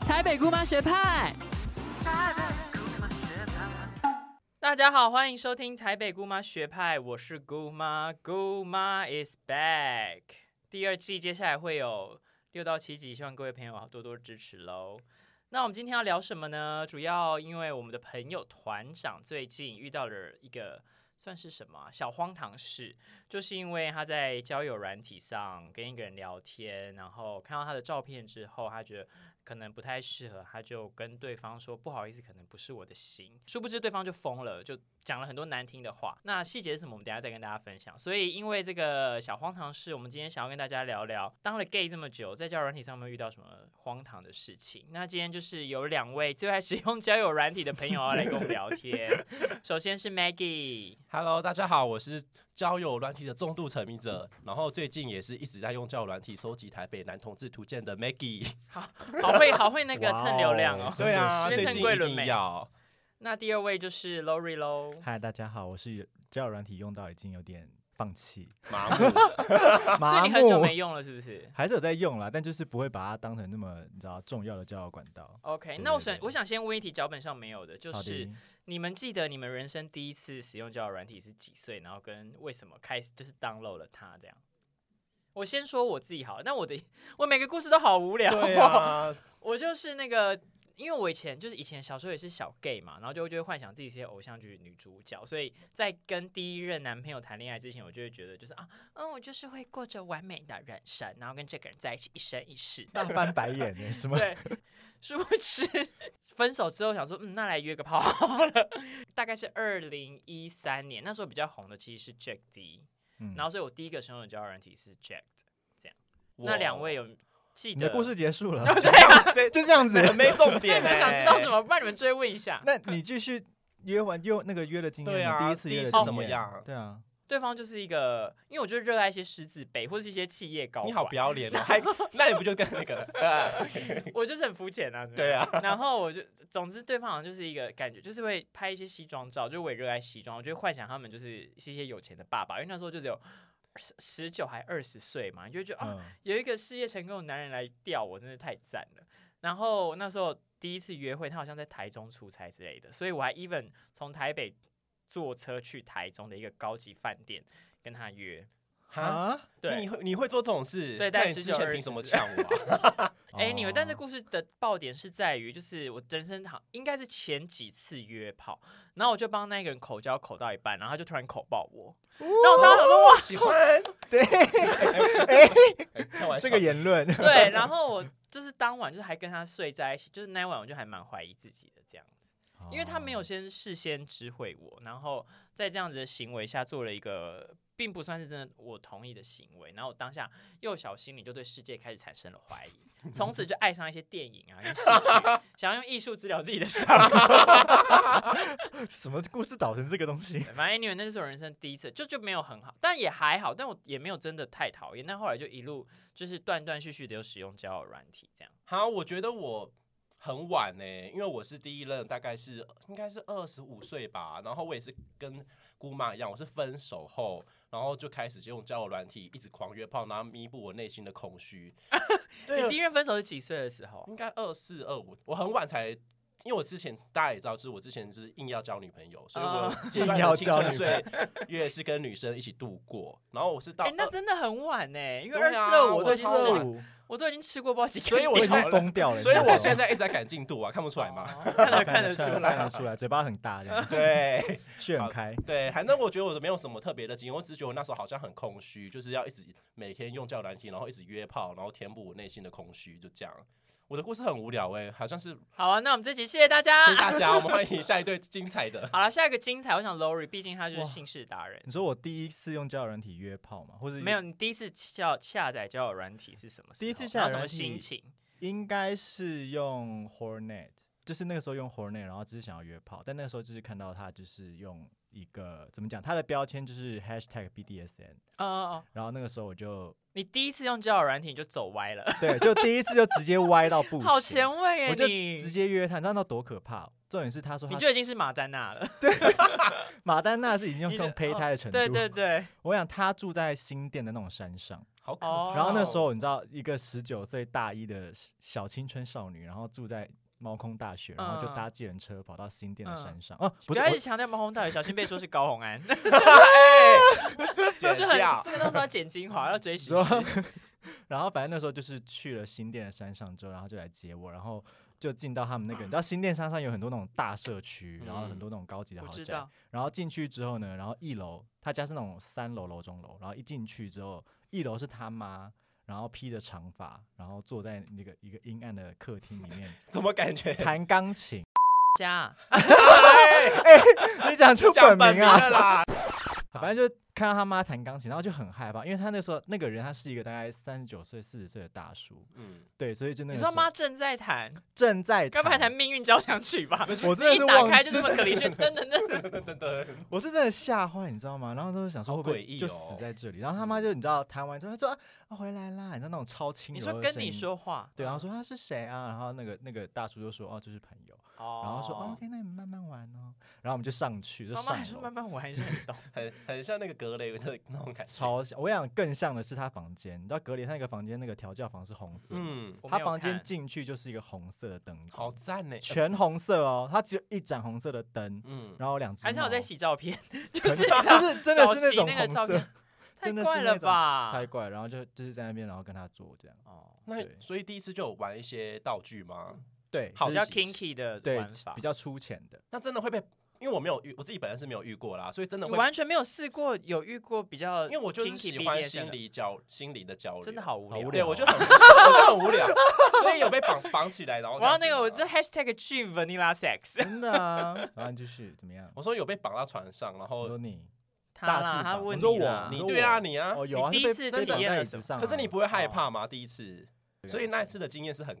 台北姑妈学派。大家好，欢迎收听台北姑妈学派，我是姑妈，姑妈 is back。第二季接下来会有六到七集，希望各位朋友多多支持喽。那我们今天要聊什么呢？主要因为我们的朋友团长最近遇到了一个算是什么啊小荒唐事，就是因为他在交友软体上跟一个人聊天，然后看到他的照片之后，他觉得可能不太适合，他就跟对方说不好意思，可能不是我的型。殊不知对方就疯了，就讲了很多难听的话。那细节是什么，我们等一下再跟大家分享。所以因为这个小荒唐事，我们今天想要跟大家聊聊，当了 gay 这么久，在交友软体上面遇到什么荒唐的事情。那今天就是有两位最爱使用交友软体的朋友要来跟我们聊天。首先是 Maggie， Hello，大家好，我是交友软体的重度沉迷者，然后最近也是一直在用交友软体收集台北男同志图鉴的 Maggie。好会好会那个蹭流量哦。对啊，真的最是近贵一人定美要。那第二位就是 Lori 喽。嗨，大家好，我是交友软体用到已经有点放弃，麻 所木，以麻你很久木，没用了，是不是？还是有在用啦，但就是不会把它当成那么你知道重要的交友管道。 OK，对那我对想对我想先问一题脚本上没有的，就好是的，你们记得你们人生第一次使用交友软体是几岁，然后跟为什么开始就是 download 了它这样？我先说我自己好了，那我的我每个故事都好无聊、哦对啊，我就是那个，因为我以前就是以前小时候也是小 gay 嘛，然后就会就会幻想自己是偶像剧女主角，所以在跟第一任男朋友谈恋爱之前，我就会觉得就是啊，嗯，我就是会过着完美的人生，然后跟这个人在一起一生一世。大翻白眼呢，什么？对，殊不知分手之后想说，嗯，那来约个炮好了。 大概是二零一三年，那时候比较红的其实是 Jack D，、嗯然后所以我第一个使用的交友软体是 Jack 的。我那两位有记你得啊的故事结束 了，就这样子，就这样子。没重那点 你呢、们想知道什？么？不然你们追问一下。那你继续约完用那个约的经验，对啊你第一次第一约的次经怎么验样对啊，对方就是一个，因为我就热爱一些狮子辈或者是一些企业高你好管不，要脸哦！还那你不就跟那 个？呃我就是很肤浅啊。怎么对啊样，然后我就，总之对方好像就是一个感觉，就是会拍一些西装照，就我也热爱西装，我就会幻想他们就是是一些有钱的爸爸，因为那时候就只有十十九还二十岁嘛，你就会觉得啊、嗯，有一个事业成功的男人来钓我，真的太赞了。然后那时候第一次约会，他好像在台中出差之类的，所以我还 even 从台北坐车去台中的一个高级饭店跟他约。哈，啊，你会你会做这种事？对那但你之19前凭什么呛 我、啊？哎、你们，但是哦故事的爆点是在于，就是我人生好应该是前几次约炮，然后我就帮那个人口交口到一半，然后他就突然口爆我，然后我当时想哦说哇， 喜欢？对哎开玩笑这个言论，对，然后我就是当晚就是还跟他睡在一起，就是那一晚我就还蛮怀疑自己的这样子， 因为他没有哦先事先知会我，然后在这样子的行为下做了一个。并不算是真的我同意的行为，然后我当下幼小心灵就对世界开始产生了怀疑，从此就爱上一些电影啊、跟戏 剧，想要用艺术治疗自己的伤口哦什么故事导成这个东西，对反正 anyway，那就是我 人生第一次，就就没有很好，但也还好，但我也没有真的太讨厌。那后来就一路就是断断续续的有使用交友软体这样。好，我觉得我很晚呢、因为我是第一任，大概是应该是二十五岁吧。然后我也是跟姑妈一样，我是分手后，然后就开始用交友软体，一直狂约炮，然后弥补我内心的空虚。对你第一任分手是几岁的时候？啊应该二四二五，我很晚才，因为我之前大家也知道，就是我之前就是硬要交女朋友，所以我阶段哦 硬要的青交春女岁月是跟女生一起度过。然后我是到哎、二，那真的很晚呢、因为对二啊四二我都已我经超吃，晚五，我都已经吃过不知道几个所以遍了，我哦我已现在经疯掉了，所以你知道我吗现在一直在赶进度啊，看不出来吗？哦看得看看得得出出来，看来得。出来，嘴巴很大，这样 对。血很开。对，反正我觉得我没有什么特别的经验，我只是觉得我那时候好像很空虚，就是要一直每天用交友软体，然后一直约炮，然后填补我内心的空虚，就这样。我的故事很无聊哎、好 像是好啊，那我们这集谢谢大家谢。谢大家，我们欢迎下一对精彩的。好了，下一个精彩，我想 Lori，毕竟他就是哇姓氏达人。你说我第一次用交友软体约炮嘛，或者没有，，你第一次下下载交友软体是什么时候？第一次然下载后什么软体心情？应该是用 Hornet，就是那个时候用 Hornet，然后只是想要约炮，但那个时候就是看到他就是用一个怎么讲，它的标签就是 hashtag BDSN，哦哦，然后那个时候我就你第一次用交友软体你就走歪了，对，就第一次就直接歪到不 行，好前卫耶我就你！直接约他，你知道那多可怕哦？重点是他说你他就已经是马丹娜了，马丹娜是已经用你的哦用胚胎的程度，对对对，我想他住在新店的那种山上，好可哦怕。然后那时候你知道，一个十九岁大一的小青春少女，然后住在猫空大学，然后就搭计程车跑到新店的山上。哦、不不嗯是，要一直我强调毛红大宇，小心被说是高红 安，剪就是很掉这个东西要剪精华，要 追实说事。然后反正那时候就是去了新店的山上之后，然后就来接我，然后就进到他们那啊个，你知道新店山上有很多那种大社区，然后很多那种高级的嗯我豪知宅道，，然后进去之后呢，然后一楼他家是那种三楼楼中楼，然后一进去之后，一楼是他妈。然后披着长发，然后坐在那个一个阴暗的客厅里面怎么感觉？弹钢琴，家啊 你讲出讲本本名名啊？了 啦！反正就看到他妈弹钢琴，然后就很害怕，因为他那时候那个人他是一个大概三十九岁、四十岁的大叔，嗯，对，所以就那你个说时候妈正在 弹，正在该不会还弹命运交响曲吧？我真的一是打忘开记就这么可怜，噔噔噔，等等等， 我是真的吓坏，你知道吗？然后都是想说好会不会诡异哦就死在这里，然后他妈就你知道弹完之后，他说啊啊回来啦，你知道那种超轻你柔的说跟声你音。说话，对，然后说他是谁啊？然后那个那个大叔就说哦，就是朋友。哦然后说、哦、OK，那你们慢慢玩哦。然后我们就上去，就妈上妈还是楼慢慢玩，还是很 懂。很很像那个格雷的那种感觉。超像。我想更像的是他房间，你知道格里他那个房间那个调教房是红色的，嗯，我没他有房间看进去就是一个红色的灯好光，赞呢。全红色哦，它只有一盏红色的灯，嗯，然后两只猫，还是我在洗 照片，就可是啊能，就是真的早是那期种那个红照色片，啊太真的是怪了那种吧？太怪了，然后就就是在那边，然后跟他做这样，哦，那对所以第一次就有玩一些道具吗？对，好就比是较奇 kinky 的对玩法比，较粗浅的，那真的会被，因为我没有遇，我自己本身是没有遇过啦，所以真的你会，完全没有试过，有遇过比较，因为我就是喜欢心，理交心理的交流，真的好无好聊无。对聊我哦就很 我就很无聊，所以有被绑绑起来，然后我要那这个，样我子这 hashtag g vanilla sex，真的啊，然后你就是怎么样？我说有被绑到船上，然我后说你他大啦，字他吧问你说啦我你说对啊我你啊，哦有啊，你第是一被次被体绑验在了椅什子么上啊，可是你不会害哦怕吗？第一次，啊所以那一次的经验是很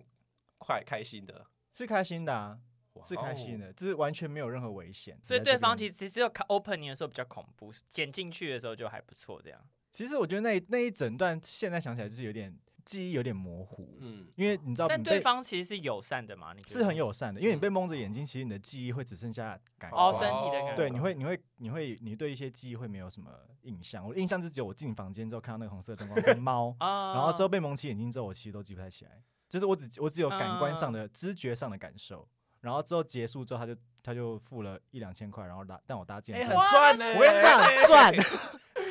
快开心的，是开心的啊，是开心的。的，就是完全没有任何危险，哦所以你在对这方边其实只有 open 你的时候比较恐怖，剪进去的时候就还不错，这样。其实我觉得那一那一整段现在想起来就是有点记忆有点模糊，嗯，因为你知道但你对被方其实是友善的嘛，你觉得是很友善的，因为你被蒙着眼睛，其实你的记忆会只剩下感官。哦身体的感对，觉你会，你会，你会，你对一些记忆会没有什么印象。我的印象是只有我进房间之后看到那个红色的灯光跟 猫，啊，然后之后被蒙起眼睛之后，我其实都记不太起来，就是我只我只有感官上嗯的、知觉上的感受。然后之后结束之后，他就他就付了一两千块，然后搭但我搭建哎，车，很哇赚呢。我跟你讲赚，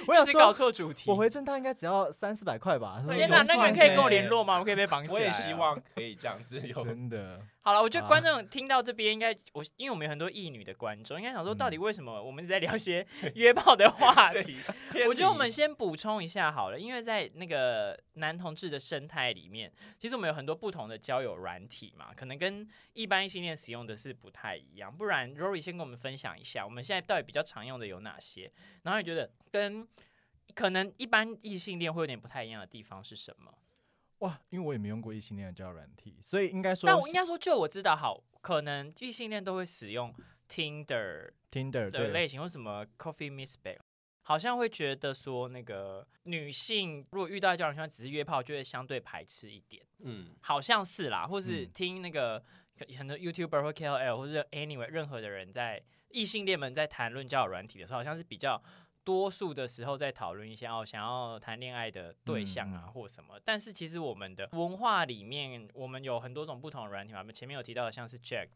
我想是搞说，错主题。我回正大应该只要三四百块吧。他说天哪，有那个赚人可以呢跟我联络吗？我可以被绑起来。啊我也希。望可以这样子有。真的，好了，我觉得啊观众听到这边应该，我因为我们有很多异女的观众，应该想说，嗯到底为什么我们一直在聊一 些约炮的话题？偏我觉得我离们先补充一下好了，因为在那个男同志的生态里面，其实我们有很多不同的交友软体嘛，可能跟一般异性恋使用的是不太一样。不然，Rory 先跟我们分享一下，我们现在到底比较常用的有哪些？然后你觉得跟可能一般异性恋会有点不太一样的地方是什么？哇，因为我也没用过异性恋的交友软体，所以应该说但我应该说，就我知道，好，可能异性恋都会使用 Tinder 的 Tinder 对类型，或什么 Coffee Miss Bag，好像会觉得说，那个女性如果遇到这样的情况，只是约炮，就会相对排斥一点，嗯，好像是啦，或是嗯听那个可很多 YouTuber 或 KOL 或者 anyway 任何的人在异性恋们在谈论交友软体的时候，好像是比较。多数的时候在讨论一些哦，想要谈恋爱的对象啊，嗯嗯或什么。但是其实我们的文化里面，我们有很多种不同的软体嘛。我们前面有提到的，像是 Jack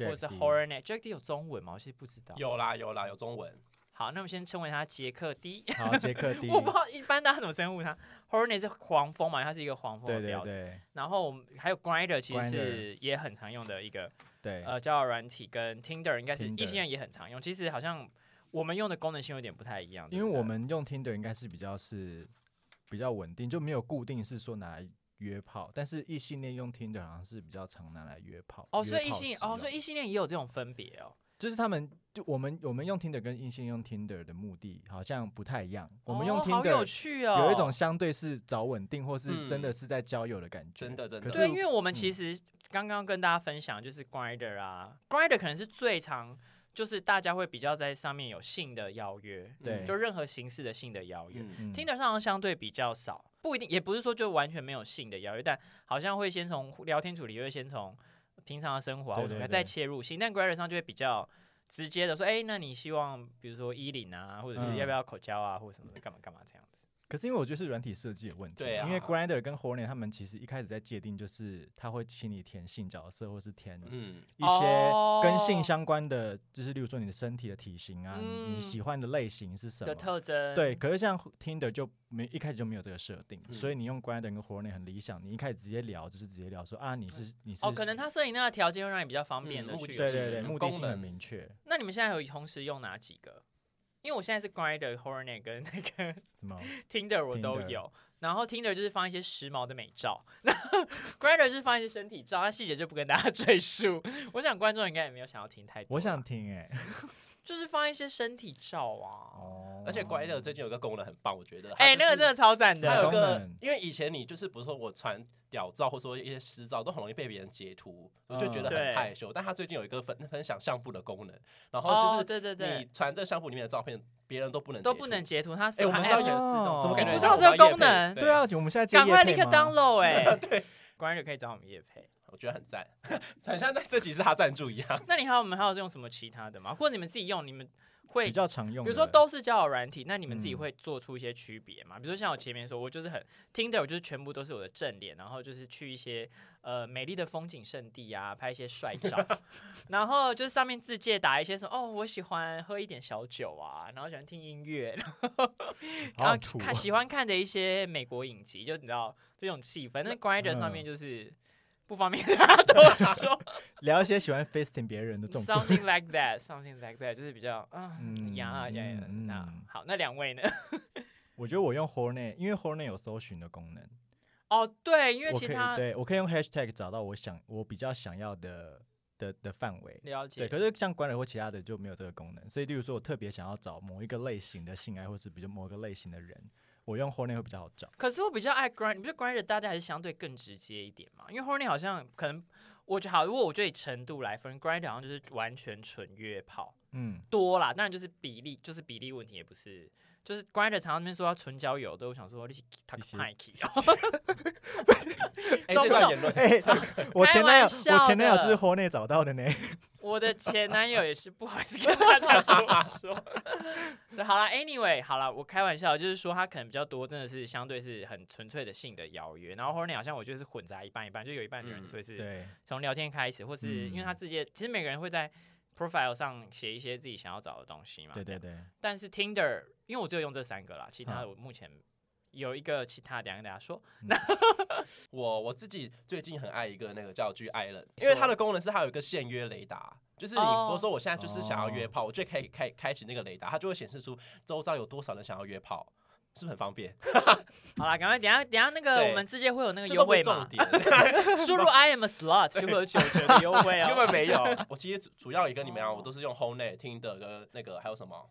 或 Jack 者是 D Hornet，Jack D 有中文吗？我其实不知道。有啦有啦有中文，好，那我们先称为他杰克 D。 好杰克 D， 我不知道一般大家怎么称呼他，Hornet 是黄蜂嘛，它是一个黄蜂对的对标志。对然后我们还有 Grinder，其实 Grindr 是也很常用的一个对，呃交友软体，跟 Tinder 应该是 Tinder 异性恋也很常用。其实好像我们用的功能性有点不太一样，因对不为对我们用 Tinder 应该是比较是比较稳定，就没有固定是说拿来约炮，但是异性恋用 Tinder 好像是比较常拿来约炮。哦，约所以异炮性使哦，用所以异性恋也有这种分别哦。就是他们就我们我们用 Tinder 跟异性用 Tinder 的目的好像不太一样，我们用哦好有 Tinder 趣哦，有一种相对是找稳定或是真的嗯是在交友的感觉，真的真的可是对，因为我们嗯其实刚刚跟大家分享就是 Grinder 啊，Grinder 可能是最常就是大家会比较在上面有性的邀约，对就任何形式的性的邀约。嗯，嗯 Tinder 上好像相对比较少，不一定，也不是说就完全没有性的邀约，但好像会先从聊天主题会先从平常的生活啊对或者对再对切入性，但 Grad 上就会比较直接的说，哎、那你希望比如说衣领啊，或者是嗯要不要口交啊，或者什么的，干嘛干嘛这样子。可是因为我觉得是软体设计有问题，对啊因为 Grinder 跟 Hornet 他们其实一开始在界定就是他会请你填性角色，或是填嗯一些跟性哦相关的，就是例如说你的身体的体型啊，你嗯你喜欢的类型是什的么？特征，对，，可是像 Tinder 就没一开始就没有这个设定，嗯所以你用 Grinder 跟 Hornet 很理想，你一开始直接聊就是直接聊说啊，你是你是哦，可能他摄影那个条件会让你比较方便嗯的目去。的对有些对对，人目的功性很能明确，那你们现在有同时用哪几个？因为我现在是 Grinder、Hornet 跟那个怎么？ Tinder 我都 Tinder 有，然后 Tinder 就是放一些时髦的美照， 然后 Grinder 就是放一些身体照，那细节就不跟大家 赘述。我想观众应该也没有想要听太多啦，我想听哎、就是放一些身体照啊，哦而且 Grinder 最近有一个功能很棒，我觉得，哎、它就那个是真的超赞什还的，有一么功个能，因为以前你就是比如说我传屌照或者说一些私照，都很容易被别人截图，我就觉得嗯对很害羞。但他最近有一个分分享相簿的功能，然后哦，就对对是你对，传这个相簿里面的照片，别人都不能都截不图能，截图，它哎我们是要 app 有自动，自怎么感觉我不知很像道这个我们要业功配能对啊，，我们现在接赶快业立配刻吗 download 哎、Grinder 可以找我们叶配。我觉得很赞， 很像那这集是他赞助一 样。那你还有我们还有用什么其他的吗？或者你们自己用，你们会比较常用比的，如说都是交友软体，那你们自己嗯会做出一些区别吗？比如说像我前面说，我就是很 Tinder，我就是全部都是我的正脸，然后就是去一些呃美丽的风景胜地啊，拍一些帅 照，然后就是上面自介打一些什么哦，我喜欢喝一点小酒啊，然后喜欢听音乐，然后啊哦好像土哦看喜欢看的一些美国影集，就你知道这种气氛。那 Grinder 上面嗯就是不方便 大家都说聊一些喜欢 fisting 别人的 这种， ，something like that，something like that，就是比较啊嗯 呀呀呀，嗯那嗯好，那两位呢？我觉得我用 Hornet，因为 Hornet 有搜寻的功能，哦，对，因为我其可以他对我可以用 hashtag 找到我想我比较想要的的的范围。了对，解，可是像管理或其他的就没有这个功能，所以例如说我特别想要找某一个类型的性爱，或是比较某个类型的人，我用 Hornet 会比较好找。可是我比较爱 grind，你不是 grind 大家还是相对更直接一点嘛？因为 horny 好像可能，我觉得好，如果我觉得以程度来分，grind 好像就是完全纯约炮 嗯，多啦，当然就是比例，就是比例问题，也不是，就是 grind 常常那边说要纯交友的，我想说你是 t a 你是 k p i k 哎，懂懂这段言论哎、我前男友，开玩笑我前男友就的是 Hornet 找到的呢。我的前男友也是不好意思跟大家多说。 对，好啦 a n y w a y 好啦，我开玩笑，就是说他可能比较多，真的是相对是很纯粹的性的邀约。然后 Horny 好像我觉得是混杂一半一半，就有一半的人嗯会是对，从聊天开始，或是因为他自己的其实每个人会在 profile 上写一些自己想要找的东西嘛。对这对样。对，但是 Tinder，因为我只有用这三个啦，其他的嗯我目前有一个其他的等一下跟大家说。我我自己最近很爱一个那个叫 G Island，因为它的功能是它有一个限约雷达，就是你哦比如说我现在就是想要约炮，我就可以开开启那个雷达，它就会显示出周遭有多少人想要约炮，是不是很方便？好啦，赶快等一下等一下那个对我们之间会有那个这优都不惠是重嘛， 点，输入 I am a slut 就会有九折的优惠哦。 根本没有。我其实主主要也跟你们一样，哦我都是用 h o n e 听的跟那个还有什么？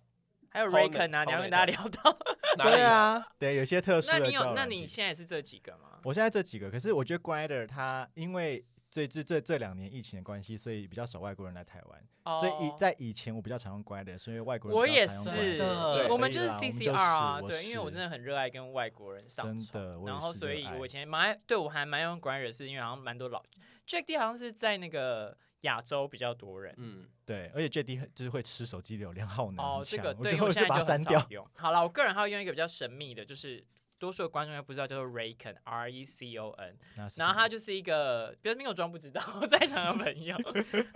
还有 Hornet- Raycon 啊，你要 Hornet 跟大家聊到。哪里对？啊，对，有些特殊那的你交有，友那软你体现在也是这几个吗？我现在这几个，可是我觉得 Grinder 它因为最这这这两年疫情的关系，所以比较少外国人来台湾，所以以哦在以前我比较常用 Grinder，所以外国人我比较也常用是 Grindr 的对我们就可以是啦 CCR 啊，我们是对，因为我真的的很热爱跟外国人上真床，的，我也然后是所热以爱我以前蛮爱对我还蛮用 Grinder，是因为好像蛮多老 Jack D 好像是在那个亚洲比较多人。嗯，对，而且 JD 很就是会吃手机流量耗能哦很，这强个对，我最因为后我是现在把它就很删少掉。用。好了，我个人还要用一个比较神秘的，就是多数的观众应该不知道，叫做 Raycon R E C O N。然后然后他就是一个，不要跟我装不知道，在场的朋友，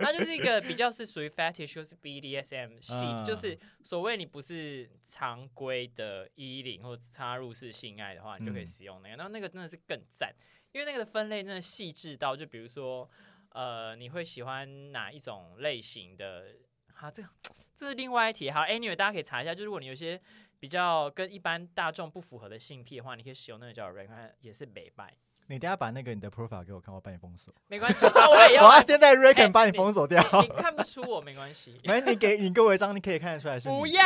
他就是一个比较是属于 fetish 或是 BDSM 系，嗯就是所谓你不是常规的衣领或插入式性爱的话，你就可以嗯使用那个。然后那个真的是更赞，因为那个的分类真的细致到，就比如说，呃，你会喜欢哪一种类型的？好、这个这是另外一题。好，anyway，大家可以查一下，就如果你有一些比较跟一般大众不符合的性癖的话，你可以使用那个叫 r a n 也是美拜。你等一下把那个你的 profile 给我看，我把你封锁。没关系，那我也我要要玩。现在 r e c 哎 o n 把你你封锁掉。，你看不出我没关系没，你给你给我一张，你可以看得出来是你 不。要。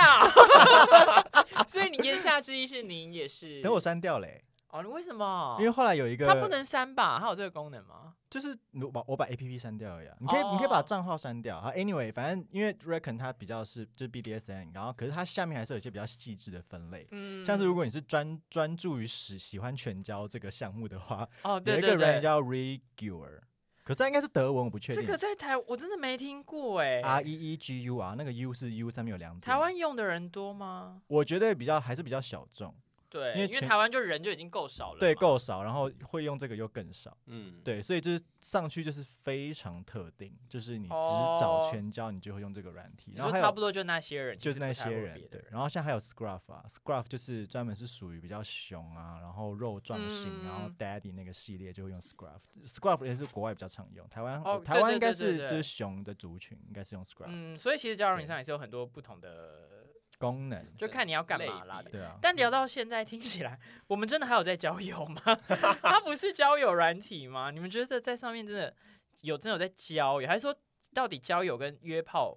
所以你言下之意是您也是？等我删掉嘞。哦，你为什么？因为后来有一个，它不能删吧？它有这个功能吗？就是你把我把 A P P 删掉啊呀，你可以、你可以哦把账号删掉。好，anyway，反正因为 Reckon 它比较是就是 B D S N，然后可是它下面还是有一些比较细致的分类，嗯，像是如果你是专专注于使喜欢全交这个项目的话，哦，对有对一个人对，叫 Regular，可是它应该是德文，我不确这定。个在台我真的没听过哎、 R E E G U R 那个 U 是 U 上面有两点。台湾用的人多吗？我觉得比较还是比较小众，对，因为因为全台湾就人就已经够少了嘛，对，够少，然后会用这个又更少，嗯，对，所以就是上去就是非常特定，就是你只哦找全交，你就会用这个软体，你然后说还差有不多就那些人，就是那其实些不太会有人别，的对，然后现在还有 Scruff 啊，Scruff 就是专门是属于比较熊啊，然后肉壮型，然后嗯 Daddy 那个系列就会用 Scruff，Scruff 也是国外比较常用，台湾、哦台对湾对应该对对是对就是熊的族群应该是用 Scruff、嗯，所以其实交友软件上啊对也是有很多不同的，功能，就看你要干嘛啦类。比对 啊，但聊到现在，听起来我们真的还有在交友吗？ 它不是交友软体吗？你们觉得在上面真的有真的有在交友，还是说到底交友跟约炮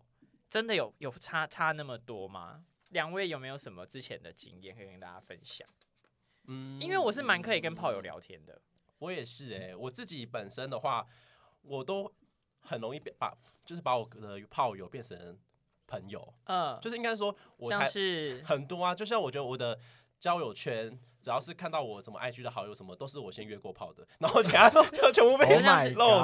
真的有有差差那么多吗？两位有没有什么之前的经验可以跟大家分享？嗯因为我是蛮可以跟炮友，聊天的，我也是哎、我自己本身的话，我都很容易被把，就是把我的炮友变成朋友，嗯，就是应该说我像还是很多啊，就像我觉得我的。交友圈只要是看到我什么 IG 的好友什么，都是我先约过炮的，然后等下都就全部被 Oh 像是 my 漏手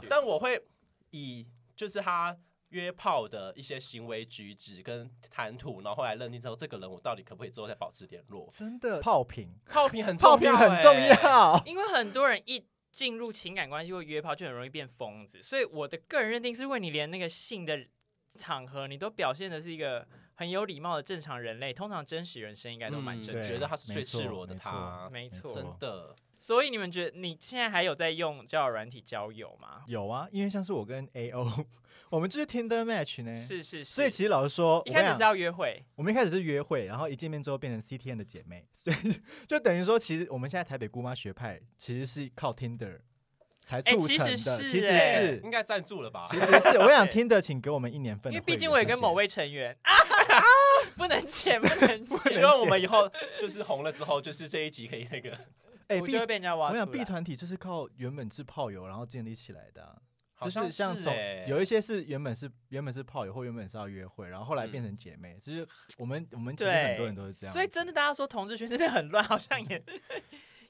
god 但我会以就是他约炮的一些行为举止跟谈吐，然后后来认定之后，这个人我到底可不可以之后再保持联 络？真的炮品，炮评很重要、炮品很重欸。要。 因为很多人一进入情感关系或约炮，就很容易变疯子。所以我的个人认定是，因为你连那个性的场合，你都表现的是一个很有礼貌的正常人类，通常真实人生应该都蛮嗯正对确觉的。得他是最赤裸的他，没错，没真的。所以你们觉得你现在还有在用交友软体交友吗？有啊，因为像是我跟 A O，我 们就是 Tinder match 呢，是是是，所以其实老实说，一我跟开你始是讲要约会，我们一开始是约会，然后一见面之后变成 CTN 的姐妹， 所以就等于说，其实我们现在台北姑妈学派其实是靠 Tinder 才哎促其成实的，是其实哎是应该赞助了吧？其实是，我想对 Tinder 请给我们一年份因的为会员，毕竟我也跟谢谢某位成员 啊，不能剪，不能希剪，望我们以后就是红了之后，就是这一集可以那个， 哎我 B，就会被人家挖我出想 B 来。团体就是靠原本是炮友然后建立起来的啊、好就是像是从哎，有一些是原本是原本是炮友或原本是要约会，然后后来变成姐妹，就是我们我们其实嗯对，很多人都是这样，所以真的，大家说同志圈真的很乱，好像 也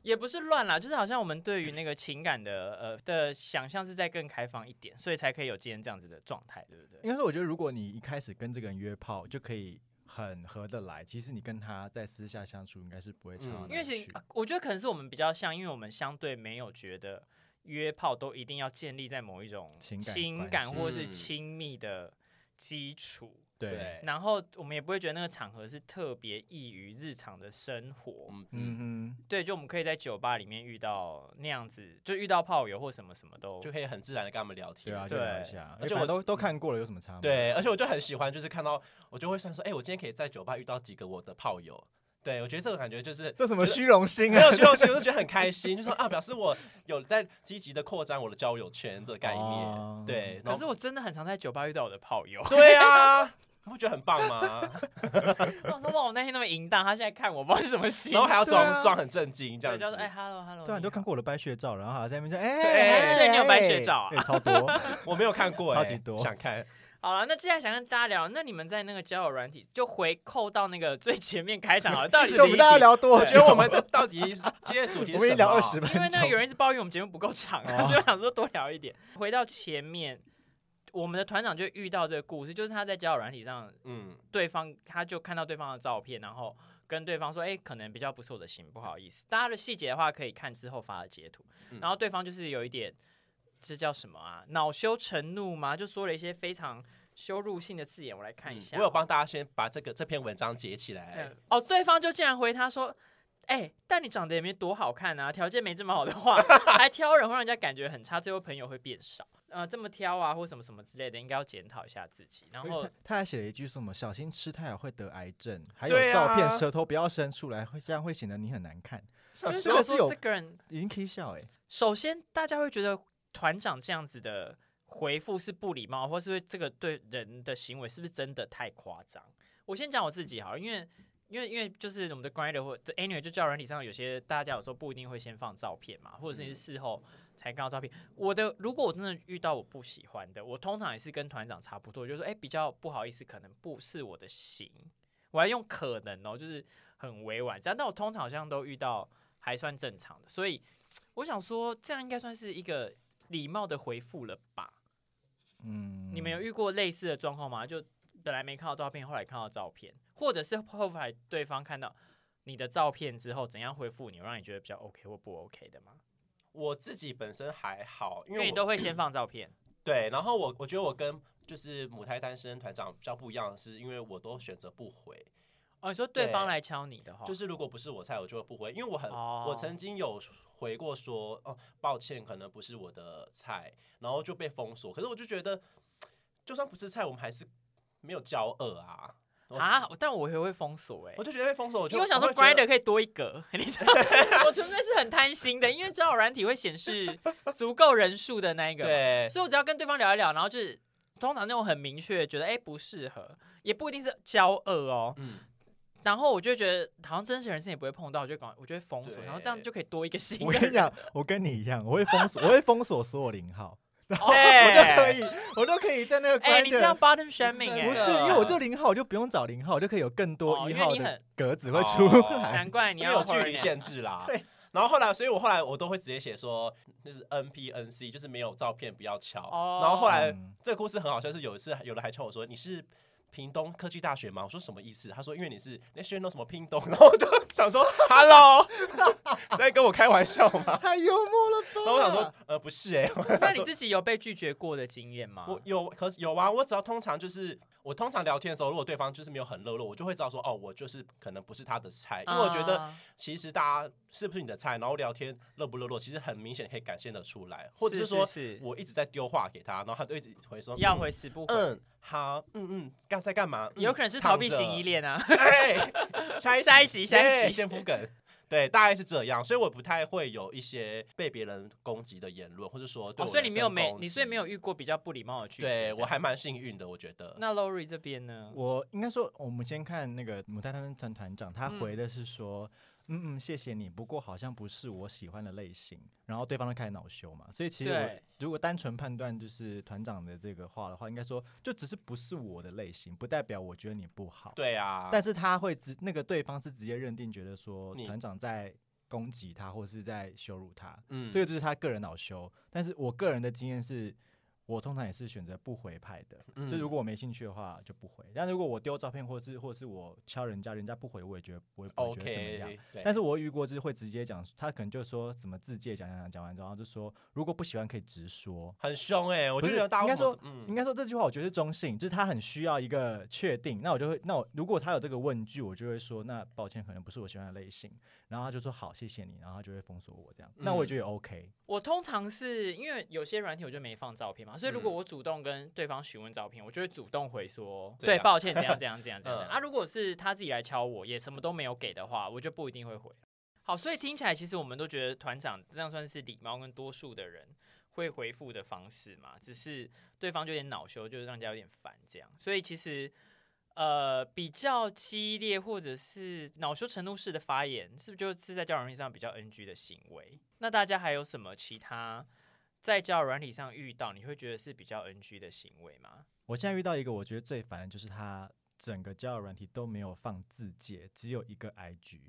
也不是乱啦，就是好像我们对于那个情感的呃的想象是在更开放一点，所以才可以有今天这样子的状态，对不对？应该说，我觉得如果你一开始跟这个人约炮，就可以很合得来，其实你跟他在私下相处应该是不会差到哪嗯里去。因为其实呃我觉得可能是我们比较像，因为我们相对没有觉得约炮都一定要建立在某一种情感情关感系或是嗯亲密的基础。对，然后我们也不会觉得那个场合是特别异于日常的生活，嗯嗯，嗯对，就我们可以在酒吧里面遇到那样子，就遇到炮友或什么什么都就可以很自然的跟他们聊哼，天。对啊，就对聊一下，而而且且我我都都看过了，有什么差吗？对，而且我就很喜欢，就是看到我就会算说，哎、我今天可以在酒吧遇到几个我的炮友。对，我觉得这种感觉就是 这什么虚荣心没啊？有虚荣心，我就觉得很开心，就说啊，表示我有在积极的扩展我的交友圈的概念。哦对，然可后是我真的很常在酒吧遇到我的炮友， 对啊， 你不觉得很棒 吗？我想说哇，我那天那么淫荡，他现在看我不知道是什么心情，然后还要对装啊装很震惊这对，样就是哎子。 ，hello hello，对啊，你都看过，过我的白血照，然后还在那边说，对哎，所以你有哎白血照啊哎超多。 我没有看过、哎超级多想 看。好了，那接下来想跟大家聊，那你们在那个交友软体就回扣到那个最前面开场好了，到底是对，我们大家聊多 我觉久？得我们的到底今天的主题是我们已什经聊么二十分啊因为那个有钟。人一直抱怨我们节目不够长啊，哦所以我想说多聊一点。回到前面，我们的团长就遇到这个故事，就是他在交友软体上嗯，对方他就看到对方的照片，然后跟对方说：“哎、可能比较不是我的型，不好意思。”大家的细节的话，可以看之后发的截图。嗯然后对方就是有一点，这叫什么啊？恼羞成怒吗？就说了一些非常羞辱性的字眼。我来看一下、嗯哦我有帮大家先把这个这篇文章截起来嗯。哦，对方就竟然回他说：“哎、但你长得也没多好看啊，条件没这么好的话， 还挑人会让人家感觉很差，最后朋友会变少。呃，这么挑啊，或什么什么之类的，应该要检讨一下自己。”然后他他还写了一句说什么“小心吃太好会得癌症”，还有对啊照片舌头不要伸出来，会这样会显得你很难看。就这是说个是有这个人已经 K 笑哎、首先大家会觉得团长这样子的回复是不礼貌，或是这个对人的行为是不是真的太夸张？我先讲我自己好了，因为因为因为就是我们的 Grinder 或者 Anyway 就交友软体上有些大家有时候不一定会先放照片嘛，或者是你事后才看到照片。我的如果我真的遇到我不喜欢的，我通常也是跟团长差不多，就是说哎、比较不好意思，可能不是我的型，我还用可能哦，就是很委婉这样。但我通常好像都遇到还算正常的，所以我想说这样应该算是一个礼貌的回复了吧。嗯，你们有遇过类似的状况吗？就本来没看到照片，后来看到照片，或者是后来对方看到你的照片之后，怎样回复你，让你觉得比较 OK 或不 OK 的吗？我自己本身还好，因因为你为我都会先放照 片，对，然后我我觉得我跟就是母胎单身团长比较不一样，的是因为我都选择不回，哦，你说对方对来敲你的话，就是如果不是我菜，我就会不回，因为我很、哦我曾经有回过说，哦，抱歉，可能不是我的菜，然后就被封锁。可是我就觉得，就算不是菜，我们还是没有交恶啊。我啊，但我也会封锁哎、我就觉得被封锁，我因就为我想说会觉得 Grinder 可以多一格， 你知道，我纯粹是很贪心的，因为交友软体会显示足够人数的那一个嘛，对所以我只要跟对方聊一聊，然后就是通常那种很明确觉得哎、不适合，也不一定是交恶哦，嗯，然后我就会觉得好像真实人生也不会碰到，我就搞，我就会封锁，对然后这样就可以多一个新我的跟你人。讲，我跟你一样，我会封锁，我会封锁所有零号，我就可对，以，我都可以在那个哎、关你这样 bottom shaming 真的哎、不是，因为我就零号，我就不用找零号，我就可以有更哦多一因为号你的很哦格子会出来。难怪你因为要哎有距离 hornet 限制啦。对。然后后来，所以我后来我都会直接写说，就是 N P N C，就是没有照片不要敲。哦然后后来嗯 这个故事很好笑，是有一次有人还敲我说你是屏东科技大学吗？我说什么意思？他说因为你是 National 什么屏东，然后我就想说 Hello，在跟我开玩笑吗？太幽默了啊吧！然后我想说，呃，不是哎、那你自己有被拒绝过的经验吗？ 我有，可是有啊。我只要通常就是我通常聊天的时候，如果对方就是没有很热络，我就会知道说，哦，我就是可能不是他的菜，因为我觉得啊其实大家是不是你的菜，然后聊天热不热络，其实很明显可以感现得出来，或者是说是是我一直在丢话给他，然后他就一直回说要回死不回，嗯嗯好嗯嗯干在干嘛，嗯有可能是逃避型依。恋啊。躺着 哎，下一下一集下一耶集先铺梗。对，大概是这样，所以我不太会有一些被别人攻击的言论，或者说对哦，我、所以你没有没你所以没有遇过比较不礼貌的拒绝。对这我样还蛮幸运的，我觉得。那 Lori 这边呢？我应该说，我们先看那个母胎单身团团长，他回的是说，嗯嗯，谢谢你，不过好像不是我喜欢的类型。然后对方就开始恼羞嘛，所以其实我对如果单纯判断就是团长的这个话的话，应该说就只是不是我的类型，不代表我觉得你不好。对啊，但是他会直那个对方是直接认定，觉得说你团长在攻击他或是在羞辱他，嗯这个就是他个人恼羞。但是我个人的经验是，我通常也是选择不回派的，嗯就如果我没兴趣的话就不回。但如果我丢照片或是或是我敲人家，人家不回，我也觉得我也不会觉得怎么样。 OK，对但是我遇过就是会直接讲，他可能就说什么自介讲讲讲讲完之后，然后就说如果不喜欢可以直说。很凶哎、我不就是觉得大家应该为什么说嗯应该说这句话我觉得是中性，就是他很需要一个确定。那我就会，那我如果他有这个问句，我就会说，那抱歉，可能不是我喜欢的类型。然后他就说好，谢谢你，然后他就会封锁我这样。那我也觉得也 OK，我通常是因为有些软体我就没放照片嘛，所以如嗯果我主动跟对方询问照片，我就会主动回说，这样对，抱歉，怎样怎样怎样怎样。嗯啊，如果是他自己来敲我，也什么都没有给的话，我就不一定会回。好，所以听起来其实我们都觉得团长这样算是礼貌跟多数的人会回复的方式嘛，只是对方就有点恼羞，就是让人家有点烦这样。所以其实呃比较激烈或者是恼羞成怒式的发言，是不是就是在交友软体上比较 NG 的行为？那大家还有什么其他在交友软体上遇到你会觉得是比较 NG 的行为吗？我现在遇到一个我觉得最烦的就是他整个交友软体都没有放字界，只有一个 IG，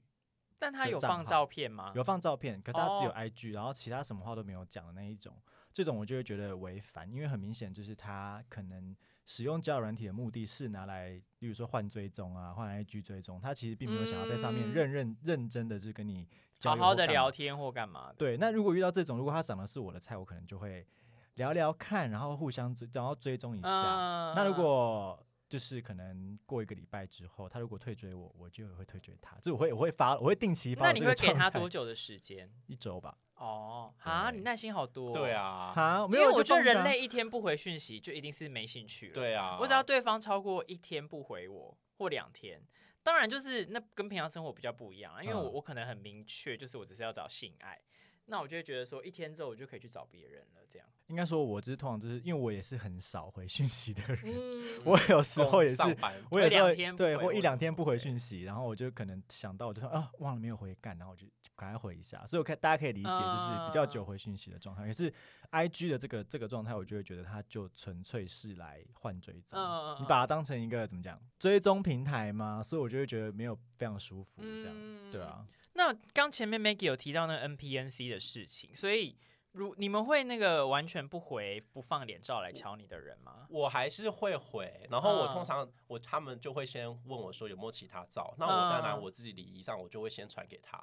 但他就有账放号照片吗？有放照片，可是他只有啊哦 IG，、然后其他什么话都没有讲的那一种，这种我就会觉得违反，因为很明显就是他可能使用交友软体的目的是拿来，例如说换追踪啊，换 IG 追踪，他其实并没有想要在上嗯面认认、认真的去跟你交好流好或的干聊嘛。天或干嘛的？对，那如果遇到这种，如果他长得是我的菜，我可能就会聊聊看，然后互相追，然后追踪一下。嗯那如果就是可能过一个礼拜之后，他如果退追我，我就会退追他，这我会我会发，我会定期发那我你这会个状态。给他多久的时间？一周吧？哦，啊，对你耐心好多、哦对，啊，好，因没有，为我觉得放着人啊类一天不回讯息，就一定是没兴趣了。对啊，我只要对方超过一天不回我或两天，当然就是那跟平常生活比较不一样啊，因为我嗯我可能很明确，就是我只是要找性爱，那我就会觉得说，一天之后我就可以去找别人了，这 样。应该说，我只是通常就是因为我也是很少回讯息的人，嗯，我有时候也是上班我有时哦一两天候不对，回或我一两就天不不回回讯息，然后我就可能想到，我就说啊，忘了没有回干，然后我就赶快回一下。所以我看大家可以理解，就是比较久嗯回讯息的状态。可是 I G 的这个这个状态，我就会觉得它就纯粹是来换追踪，嗯嗯你嗯把它当成一个怎么讲追踪平台嘛，所以我就会觉得没有非常舒服嗯这样。对啊，那刚前面 Maggie 有提到那个 NPNC 的事情，所以如你们会那个完全不回不放脸照来敲你的人吗？我还是会回，然后我嗯通常我他们就会先问我说有没有其他照，那我当然嗯我自己礼仪上我就会先传给他，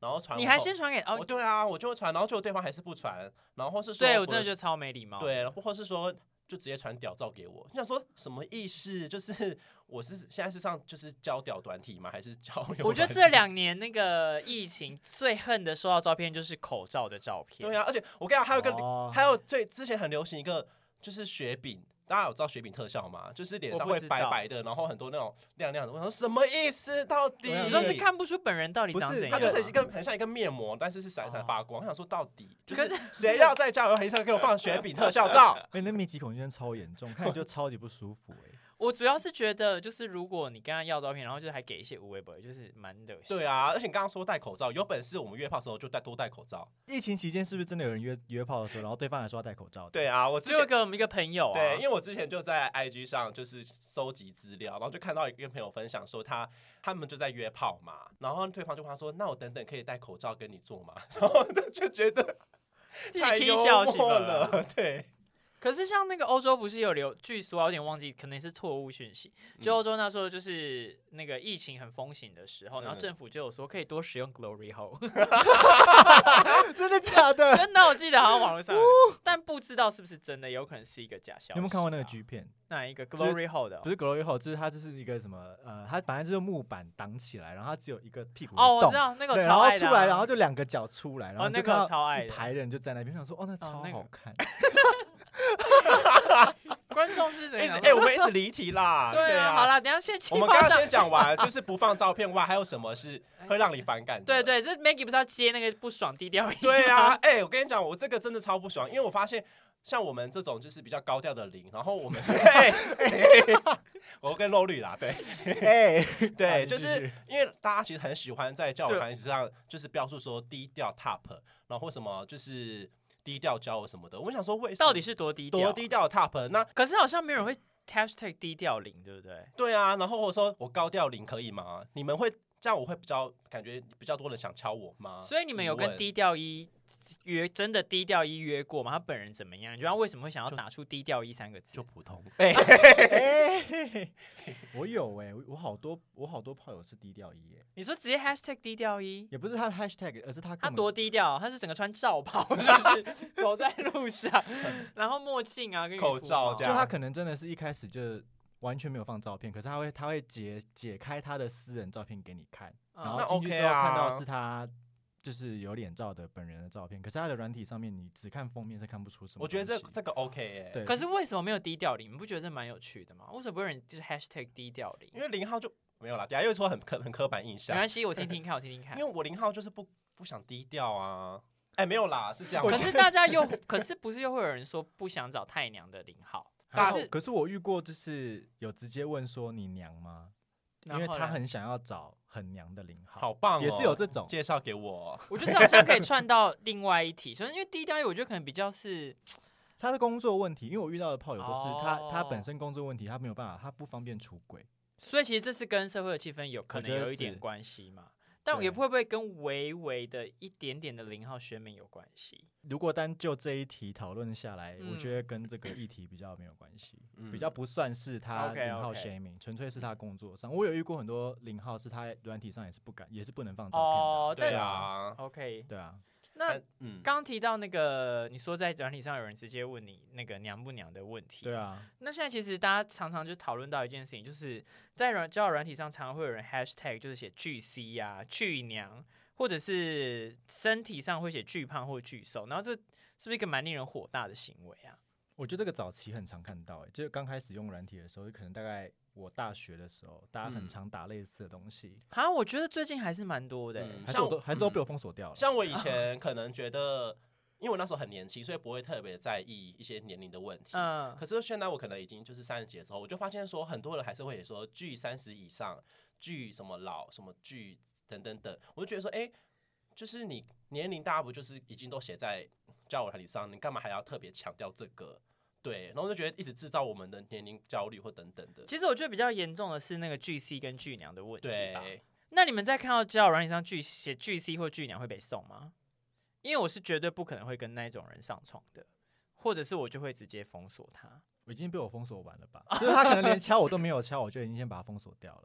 然后传你完还后先传给我哦？对啊，我就会传，然后结果对方还是不传，然后或是说对，或我真的者觉得超没礼貌。，对，或是说就直接传屌照给我，你想说什么意思？ 就是我是现在是上就是教屌短体吗？还是教友我觉得软这体两年那个疫情最恨的收到照片就是口罩的照片。对啊，而且我跟你讲，还有一个、哦还有最之前很流行一个就是雪饼。大家有知道雪饼特效吗？就是脸我上不会知白道白的，然后很多那种亮亮的。我想说什么意思？到底对啊你就说是看不出本人到底不是长怎它样吗？就那是一个很像一个面膜，但是是闪闪哦发光。我想说，到底就可是谁要在交友黑上给我放雪饼特效 照？哎、那密集恐惧症超严重，看着就超级不舒服哎、我主要是觉得，就是如果你跟他要照片，然后就是还给一些无微博，就是蛮恶心。对啊，而且你刚刚说戴口罩，有本事我们约炮的时候就戴多戴口罩。疫情期间是不是真的有人约约炮的时候，然后对方还说要戴口罩？对，啊，我之只有前一个我们一个朋友啊，对，因为我之前就在 IG 上就是搜集资料，然后就看到一个朋友分享说他他们就在约炮嘛，然后对方就跟他说：“那我等等可以戴口罩跟你做嘛？”然后我就觉得自己太 K 幽笑醒默。了， 对，可是像那个欧洲不是有流，据说啊有点忘记，可能是错误讯息。嗯就欧洲那时候就是那个疫情很风行的时候，然后嗯政府就有说可以多使用 Glory Hole， 真的假的？真的我记得好像网络上有，但不知道是不是真的，有可能是一个假消息、啊你有没有看过那个？G 片？哪一个就是 Glory Hole 的哦？不是 glory hole，就是它就是一个什么呃，它反正就是木板挡起来，然后它只有一个屁股哦，我洞知，道那个我对，然超后爱出的啊、来，然后就两个脚出来，然后哦你那就个我看到超爱的一排人就在那边，想说 哦，那超那个好看，观众是一谁直啊？哎、我们一直离题 啦，对啊，啊，好啦，等一下先气我们泡刚刚上先讲完，就是不放照片外，还有什么是会让你反感的？对对，这 Maggie 不是要接那个不爽低调音？ 对啊，，哎、我跟你讲，我这个真的超不爽，因为我发现像我们这种就是比较高调的零，然后我 们， 嘿嘿我跟露绿啦，对 哎，好对，你就继是续因为大家其实很喜欢在交友对软体上就是标注说低调 top，然后什么就是低调交友什么的，我想说为什么到底是多低调？啊多低？调 top？那可是好像没有人会 hashtag 低调零，对不对？对啊，然后我说我高调零可以吗？你们会这样，我会比较感觉比较多人想敲我吗？所以你们有啊疑跟问低调一约真的低调一约过吗？他本人怎么样？你觉得他为什么会想要打出低调一三个字就？普 通，哎、 我有哎，我好多我好多炮友是低调一耶，你说直接 hashtag 低调一，也不是他 hashtag，而是他他根本多低调？他是整个穿罩袍， 就是走在路上，然后墨镜啊，跟渔夫口罩帽这就样他可能真的是一开始就。完全没有放照片，可是他会他会解解开他的私人照片给你看，然嗯后那进去 OK 之后看啊到是他就是有脸照的本人的照片，可是他的软体上面你只看封面是看不出什么东西。我觉得这这个 OK 哎、对，可是为什么没有低调零？你不觉得这蛮有趣的吗？为什么不有人就是 hashtag 低调零？因为零号就没有啦，等下又说很刻很刻板印没象，关系，我听听看，我听听看因为。我零号就是不不想低调啊。哎、没有啦，是这样吗。可是大家又，可是不是又会有人说不想找太娘的零号？大可可是是可是我遇过就是有直接问说你娘吗？因然为后他嘞很想要找很娘的零号，好棒、哦，也是有这种。介绍给我。我觉得这好 像可以串到另外一题，所以因为低调，我觉得可能比较是他的工作问题，因为我遇到的炮友都是他、他哦本身工作问题，他没有办法，他不方便出轨。所以其实这是跟社会的气氛有可能觉得有一点是关系嘛，但也对会不会跟微微的一点点的零号学名有关系？如果单就这一题讨论下来，我嗯觉得跟这个议题比较没有关系，嗯比较不算是他 OK，OK 零号 shaming，纯粹是他工作上。我有遇过很多零号是他软体上也是不敢，也是不能放照片的。哦，对但啊， ，OK，对啊，那但嗯，刚提到那个，你说在软体上有人直接问你那个娘不娘的问题，对啊，那现在其实大家常常就讨论到一件事情，就是在软交友软体上，常常会有人 hashtag 就是写巨 C 呀、巨娘，或者是身体上会写巨胖或巨瘦，然后这是不是一个蛮令人火大的行为啊？我觉得这个早期很常看到、欸，就是刚开始用软体的时候，可能大概我大学的时候，大家很嗯常打类似的东西，啊，我觉得最近还是蛮多的欸、嗯还是像我都我还是都被嗯我封锁掉了。像我以前可能觉得，因为我那时候很年轻，所以不会特别在意一些年龄的问题。嗯，可是现在我可能已经就是三十几的时候，我就发现说，很多人还是会说距三十以上，距什么老什么距等等等，我就觉得说，哎、就是你年龄大家不就是已经都写在交友软体上，你干嘛还要特别强调这个？对，然后就觉得一直制造我们的年龄焦虑或等等的。其实我觉得比较严重的是那个巨 C 跟巨娘的问题吧。对，那你们在看到交友软体上巨写巨 C 或巨娘会被送吗？因为我是绝对不可能会跟那种人上床的，或者是我就会直接封锁他。我已经被我封锁完了吧？就是他可能连 敲我都没有敲，我就已经先把他封锁掉了。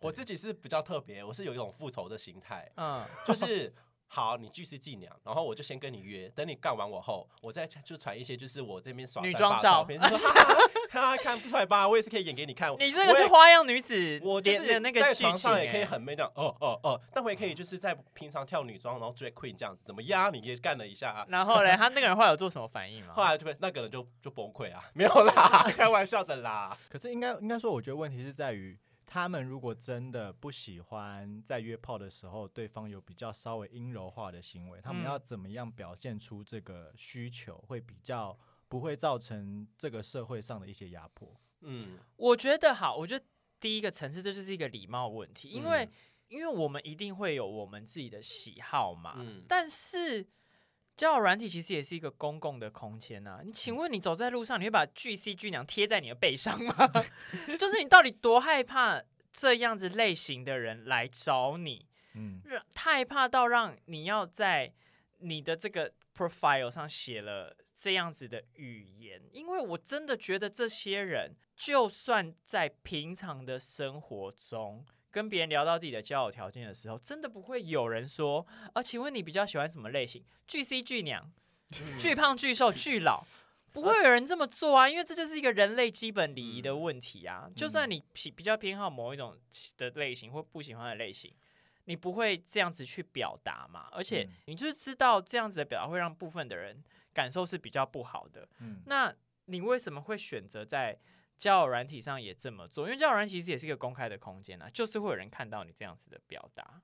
我自己是比较特别，我是有一种复仇的心态，嗯， 就是好，你巨石伎俩，然后我就先跟你约，等你干完我后，我再就传一些就是我这边耍女三装八的照照片，就说哈哈哈哈看不出来吧，我也是可以演给你看。你这个我是也花样女子我就连是的那个在剧床情、上欸，嗯也可以很 man 这样，哦哦哦，但我也可以就是在平常跳女装，然后 drag queen 这样子，怎么样？你也干了一下、啊。然后嘞，他那个人后来有做什么反应吗？后来就被那个人就就崩溃啊， 没有啦，开玩笑的啦。可是应该应该说，我觉得问题是在于，他们如果真的不喜欢在约炮的时候，对方有比较稍微阴柔化的行为，他们嗯要怎么样表现出这个需求，会比较不会造成这个社会上的一些压迫？嗯，我觉得好，我觉得第一个层次这就是一个礼貌问题，因为、嗯因为我们一定会有我们自己的喜好嘛，嗯但是。交友软体其实也是一个公共的空间呐、你请问你走在路上，你会把巨 C 巨娘贴在你的背上吗？就是你到底多害怕这样子类型的人来找你？嗯，让太害怕到让你要在你的这个 profile 上写了这样子的语言，因为我真的觉得这些人，就算在平常的生活中跟别人聊到自己的交友条件的时候，真的不会有人说啊，请问你比较喜欢什么类型？巨 C 巨娘、巨胖、巨瘦、巨老。不会有人这么做啊，因为这就是一个人类基本礼仪的问题啊。就算你喜比较偏好某一种的类型或不喜欢的类型，你不会这样子去表达嘛，而且嗯你就是知道这样子的表达会让部分的人感受是比较不好的。嗯那你为什么会选择在交友软体上也这么做？因为交友软体其实也是一个公开的空间啊，就是会有人看到你这样子的表达。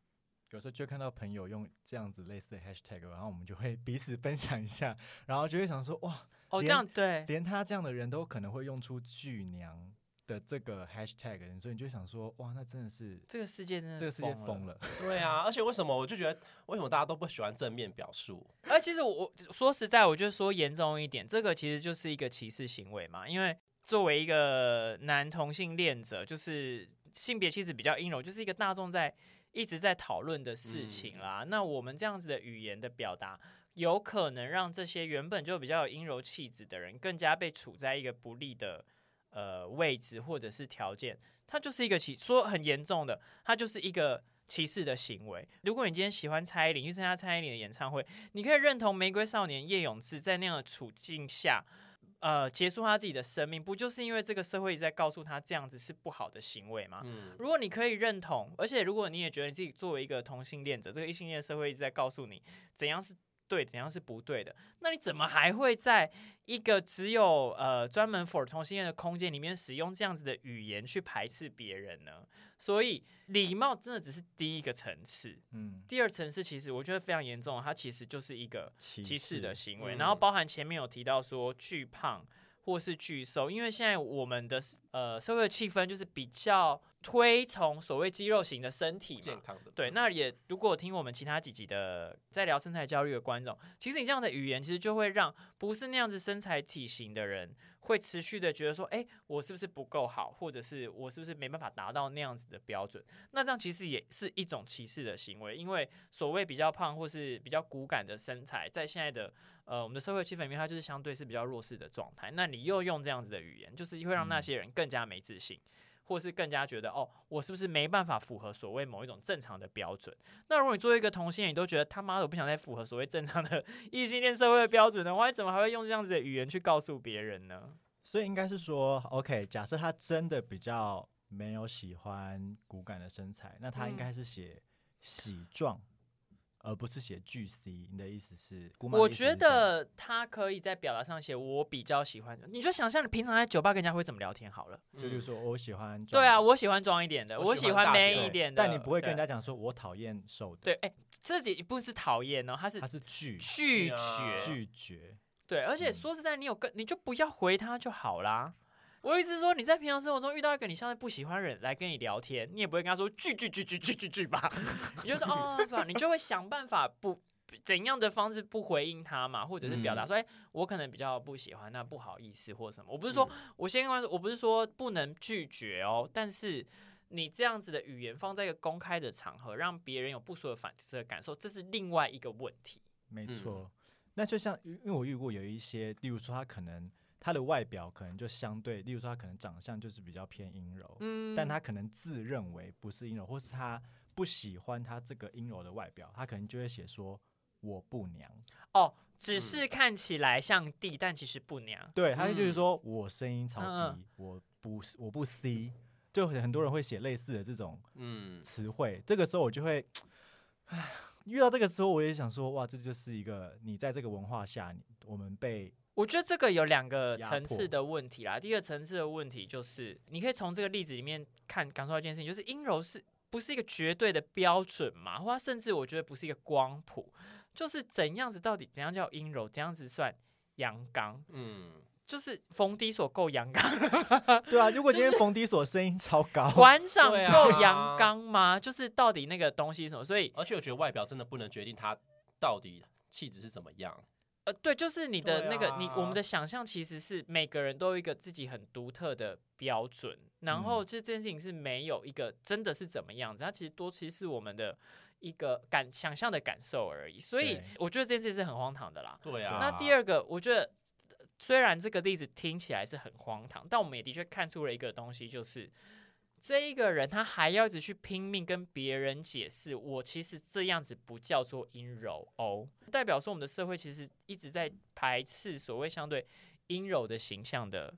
有时候就看到朋友用这样子类似的 hashtag，然后我们就会彼此分享一下，然后就会想说，哇，哦，连这样对，连他这样的人都可能会用出巨娘的这个 hashtag，所以你就会想说，哇，那真的是这个世界真的这个世界了疯了。对啊，而且为什么我就觉得为什么大家都不喜欢正面表述？而其实我我说实在，我就说严重一点，这个其实就是一个歧视行为嘛。因为作为一个男同性恋者，就是性别其实比较阴柔，就是一个大众在一直在讨论的事情啦。那我们这样子的语言的表达，有可能让这些原本就比较有阴柔气质的人，更加被处在一个不利的呃位置或者是条件。它就是一个歧，说很严重的，它就是一个歧视的行为。如果你今天喜欢蔡依林，去参加蔡依林的演唱会。你可以认同玫瑰少年叶永志在那样的处境下，呃，结束他自己的生命，不就是因为这个社会一直在告诉他这样子是不好的行为吗？嗯，如果你可以认同，而且如果你也觉得你自己作为一个同性恋者，这个异性恋社会一直在告诉你怎样是对，怎样是不对的，那你怎么还会在一个只有呃专门 for 同性恋的空间里面使用这样子的语言去排斥别人呢？所以礼貌真的只是第一个层次，嗯，第二层次其实我觉得非常严重，它其实就是一个歧歧视的视行为，嗯然后包含前面有提到说巨胖或是巨瘦，因为现在我们的呃社会的气氛就是比较推崇所谓肌肉型的身体健嘛。康的对，那也如果有听我们其他几集的在聊身材焦虑的观众，其实你这样的语言，其实就会让不是那样子身材体型的人，会持续的觉得说，哎、我是不是不够好，或者是我是不是没办法达到那样子的标准？那这样其实也是一种歧视的行为，因为所谓比较胖或是比较骨感的身材，在现在的呃我们的社会气氛里面，它就是相对是比较弱势的状态。那你又用这样子的语言，就是会让那嗯些人更加没自信。或是更加觉得哦，我是不是没办法符合所谓某一种正常的标准？那如果你作为一个同性恋，你都觉得他妈的我不想再符合所谓正常的 异性恋社会的标准的话，你怎么还会用这样子的语言去告诉别人呢？所以应该是说，OK，假设他真的比较没嗯有喜欢骨感的身材，那他应该是写喜壮，而不是写巨 C。你的意思是？姑妈的我意思觉是这样得他可以在表达上写我比较喜欢，你就想象你平常在酒吧跟人家会怎么聊天好了。嗯就例如说我喜欢对啊，壮我喜欢装一点的，我我喜喜欢欢大 man 点一点的，但你不会跟人对家讲说我讨厌瘦的，对，哎，这己不是讨厌哦，他是他是拒拒呀绝，拒绝。对，而且嗯说实在，你有跟你就不要回他就好啦。我意思是说，你在平常生活中遇到一个你现在不喜欢的人来跟你聊天，你也不会跟他说拒拒拒拒拒拒拒吧，你就说哦，对吧？你就会想办法不怎样的方式不回应他嘛，或者是表达嗯说，哎、我可能比较不喜欢，那不好意思或什么。我不是说、我先跟他说，我不是说不能拒绝哦，但是你这样子的语言放在一个公开的场合，让别人有不舒服的反射感受，这是另外一个问题。没嗯错。那就像因为我遇过有一些，例如说他可能他的外表可能就相对，例如说他可能长相就是比较偏阴柔，嗯但他可能自认为不是阴柔，或是他不喜欢他这个阴柔的外表，他可能就会写说我不娘，哦，只是看起来像弟，但其实不娘。对，他就嗯是说我声音超嗯低，我不是我不 C，就很很多人会写类似的这种嗯，词汇，这个时候我就会，唉遇到这个时候我也想说，哇，这就是一个你在这个文化下，你我们被我觉得这个有两个压层次迫的问题啦。第一个层次的问题就是，你可以从这个例子里面看感受到一件事情，就是阴柔是不是一个绝对的标准嘛？或它甚至我觉得不是一个光谱，就是怎样子到底怎样叫阴柔，怎样子算阳刚？嗯，就是逢低所够阳刚， 对啊，如果今天冯迪所声音超 高，馆长对啊够阳刚吗？就是到底那个东西是什么？所以而且我觉得外表真的不能决定他到底气质是怎么样。呃，对，就是你的对那个、你我们啊的想象其实是每个人都有一个自己很独特的标准，然后嗯这件事情是没有一个真的是怎么样子，它其实多其实是我们的一个感想象的感受而已，所以对我觉得这件事是很荒唐的啦。对啊啊那第二个，我觉得呃虽然这个例子听起来是很荒唐，但我们也的确看出了一个东西，就是这一个人他还要一直去拼命跟别人解释，我其实这样子不叫做阴柔哦，代表说我们的社会其实一直在排斥所谓相对阴柔的形象的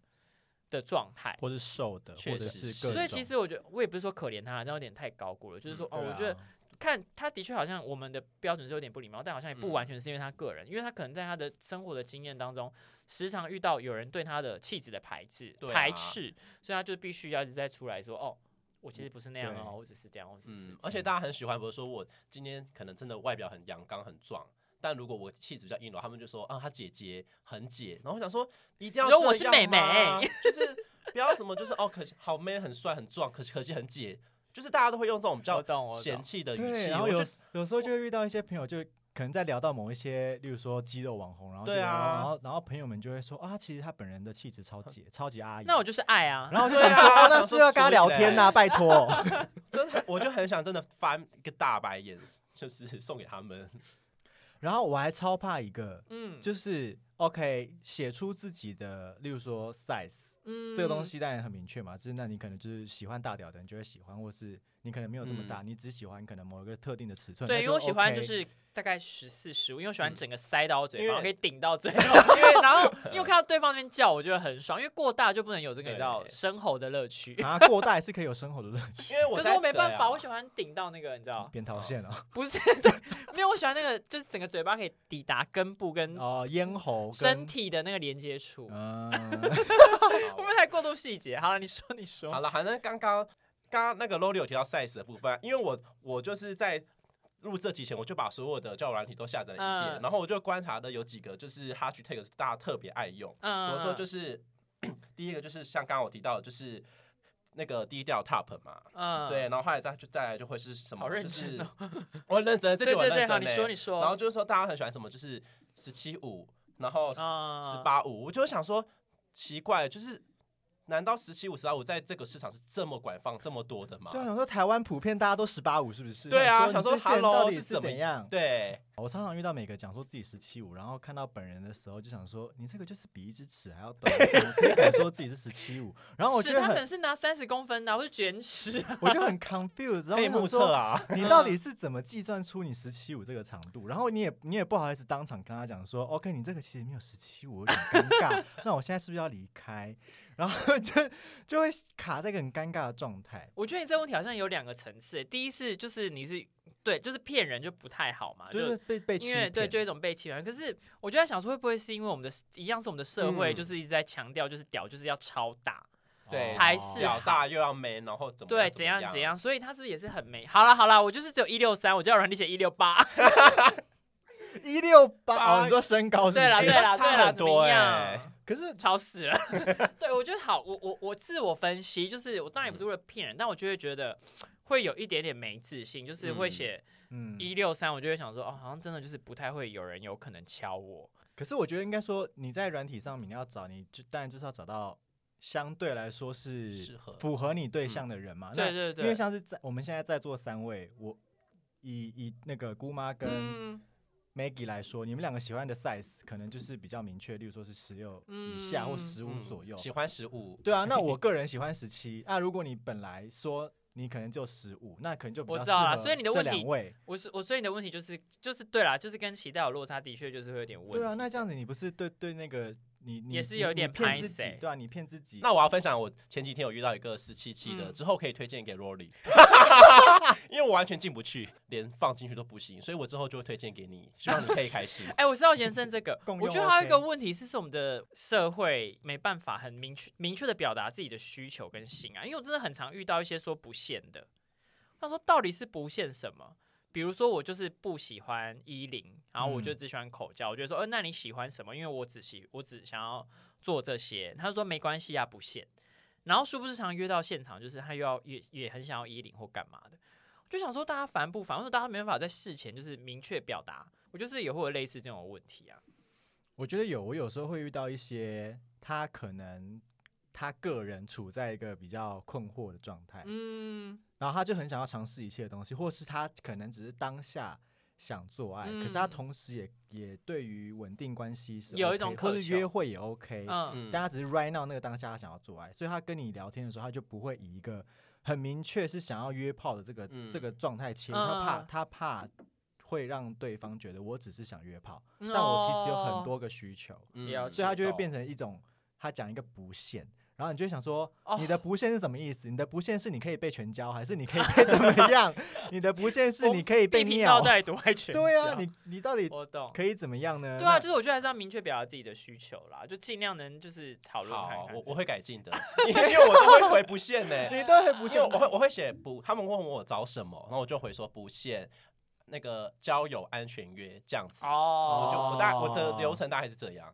的状态。 或是瘦的，确或者实是是各种，所以其实我觉得，我也不是说可怜他，这样有点太高估了。就是说，对哦，我啊觉得看他的确好像我们的标准是有点不礼貌，但好像也不嗯完全是因为他个人，因为他可能在他的生活的经验当中，时常遇到有人对他的气质的排斥、对啊排斥，所以他就必须要一直在出来说，哦，我其实不是那样哦，对我只是这样，我只是这嗯样，而且大家很喜欢，比如说我今天可能真的外表很阳刚、很壮，但如果我气质比较阴柔，他们就说啊，她姐姐很姐。然后我想说，一定要你说我是这样吗妹，就是不要什么，就是哦，可惜好 man 很帅很壮，可惜可惜很姐，就是大家都会用这种比我较懂，我嫌懂。弃的语对，气，然后我有就有时候就会遇到一些朋友就。可能在聊到某一些，例如说肌肉网红，然后就哦对啊然后然后朋友们就会说啊，其实他本人的气质超 姐，超级阿姨。那我就是爱啊，然后我就对想啊说，啊我那想是说要跟所他以聊天呐、嘞拜托。真的，我就很想真的翻一个大白眼，就是送给 他们。 然后我还超怕一 个，嗯，就是 OK 写出自己的，例如说 size 嗯这个东，西当然很明确嘛，就是那你可能就是喜欢大屌的人就会喜欢，或是你可能没有这么大，你只喜欢可能某一个特定的尺寸。嗯对，那因就为我喜欢 OK 就是大概十四十五，因为我喜欢嗯整个塞到我嘴因为巴，我可以顶到最 后，因为然后因为我看到对方那边叫，我觉得很爽，因为过大就不能有这个你知道对生喉的乐 趣。啊，过大也是可以有生活的乐趣。因为我可在是我没办法，对啊我 喜欢顶到那个，你知道？扁桃腺哦，不是，对，没有，我喜欢那个，就是整个嘴巴可以抵达根部跟 哦，咽喉跟嗯身，体的那个连接处。嗯， 会不会太过度细节？好了，你说，你好说。了，反正刚刚刚刚那个 Loli 有提到 size 的部分，因为我我就是在录这集前，我就把所有的交友软体都下载了一遍，嗯然后我就观察的有几个就是 hashtag 是大家特别爱用。嗯我说就，是 第一个就是像刚刚我提到的，就是那个低调 top 嘛。嗯对，，然后后来再就再来就会是什么？好认就是真哦。我很认真，这对句我很对对，认真、好，欸。你说，你说。然后就是说大家很喜欢什么，就是十七五，然后啊十，八五，我就想说奇怪，就是难道十七五、十八五在这个市场是这么广放这么多的吗？对啊，想说台湾普遍大家都十八五是不是？对啊想想说你这些人到 hello，底是怎么怎样？对我常常遇到每个讲说自己十七五，然后看到本人的时候，就想说你这个就是比一只尺还要短，怎么可以敢说自己是十七五？然后我是觉他得可能很，是拿三十公分的啊，或是卷尺啊。我 就很 confused，然后可以目测啊。啊，你到底是怎么计算出你十七五这个长度？然后你也你也不好意思当场跟他讲说，OK，你这个其实没有十七五，有点尴 尬。那我现在是不是要离开？然后就就会卡在一个很尴尬的状态。欸我觉得你这个问题好像有两个层次，第一是就是你是对，就是骗人就不太好嘛，啊就就是被被欺因为骗，对，就有一种被欺骗。可是我就在想说，会不会是因为我们的一样是我们的社会，嗯就是一直在强调，就是屌就是要超大，对哦才是屌大又要 man，然后怎么对，样怎样啊样怎，样，所以他是不是也是很美？好了好了，我就是只有一六三，我叫软体写一六 八，一六八八，哦你说身高是不对了是？对了差对了，很怎么多样欸？可是 吵死 了。对，我觉得好，我我我自我分析，就是我当然也不是嗯为了骗人，但我就会觉得会有一点点没自信，就是会嗯写 嗯，一六三，我就会想说，哦，好像真的就是不太会有人有可能敲我。可是我觉得应该说你在软体上面你要找你就当然就是要找到相对来说是适合符合你对象的人嘛。对那嗯对对，因为像是在我们现在在座三位，我以以那个姑妈跟嗯 Maggie 来说，你们两个喜欢的 size 可能就是比较明确，例如说是十六以下或嗯十五嗯左右。喜欢食物，对啊，那我个人喜欢十七。那如果你本来说你可能就十五，那可能就比我较知道啦适合所以你的这问题两位，我是我，所以你的问题就是就是对啦，就是跟期待有落差，的确就是会有点问题。对啊，那这样子你不是对对那个你你也是你有你点骗拍自己谁，对啊，你骗自己。，那我要分享，我前几天有遇到一个十七期的，嗯之后可以推荐给 Rory，因为我完全进不去，连放进去都不行，所以我之后就会推荐给你，希望你可以 。开心哎、我是要延伸这个 共用我觉得还有一个 OK 问题是，是我们的社会没办法很明确明确的表达自己的需求跟性啊，因为我真的很常遇到一些说不限的，他说到底是不限什么？比如说我就是不喜欢衣领，然后我嗯就只喜欢口交，我就说，呃，那你喜欢什么？因为我只喜我只想要做这些，他就说没关系啊，不限。然后殊不知常约到现场，就是他又要也也很想要衣领或干嘛的，我就想说大家烦不烦？我说大家没办法在事前就是明确表达，我就是也会有类似这种问题啊。我觉得有，我有时候会遇到一些他可能他个人处在一个比较困惑的状态，嗯，然后他就很想要尝试一切东西，或是他可能只是当下想做爱，可是他嗯同时也也对于稳定关系是有一 OK，种或渴是约求会也 OK，、嗯嗯但他只是 right now 那个当下他想要做爱，所以他跟你聊天的时候，他就不会以一个很明确是想要约炮的这个、嗯这个状态切入，他怕嗯他怕会让对方觉得我只是想约炮，但嗯但我其实有哦很多个需求。嗯了所以他就会变成成一种，他讲一个不限，然后你就会想说，哦你的不限是什么意思？你的不限是你可以被全交，还是 你可以被怎么样？你的不限是你可以被被频道尿？ 带多爱全对啊，交你你到底我懂。可以怎么样呢？对啊，那就是我觉得还是要明确表达自己的需求啦，就尽量能就是讨论看好看，这。我我会改进的，因为因为我都会回不限呢、你都会不不限限，我会我会写不，他们问我找什么，然后我就回说不限那个交友安全约这样子。我就哦，我大我的流程大概是这样，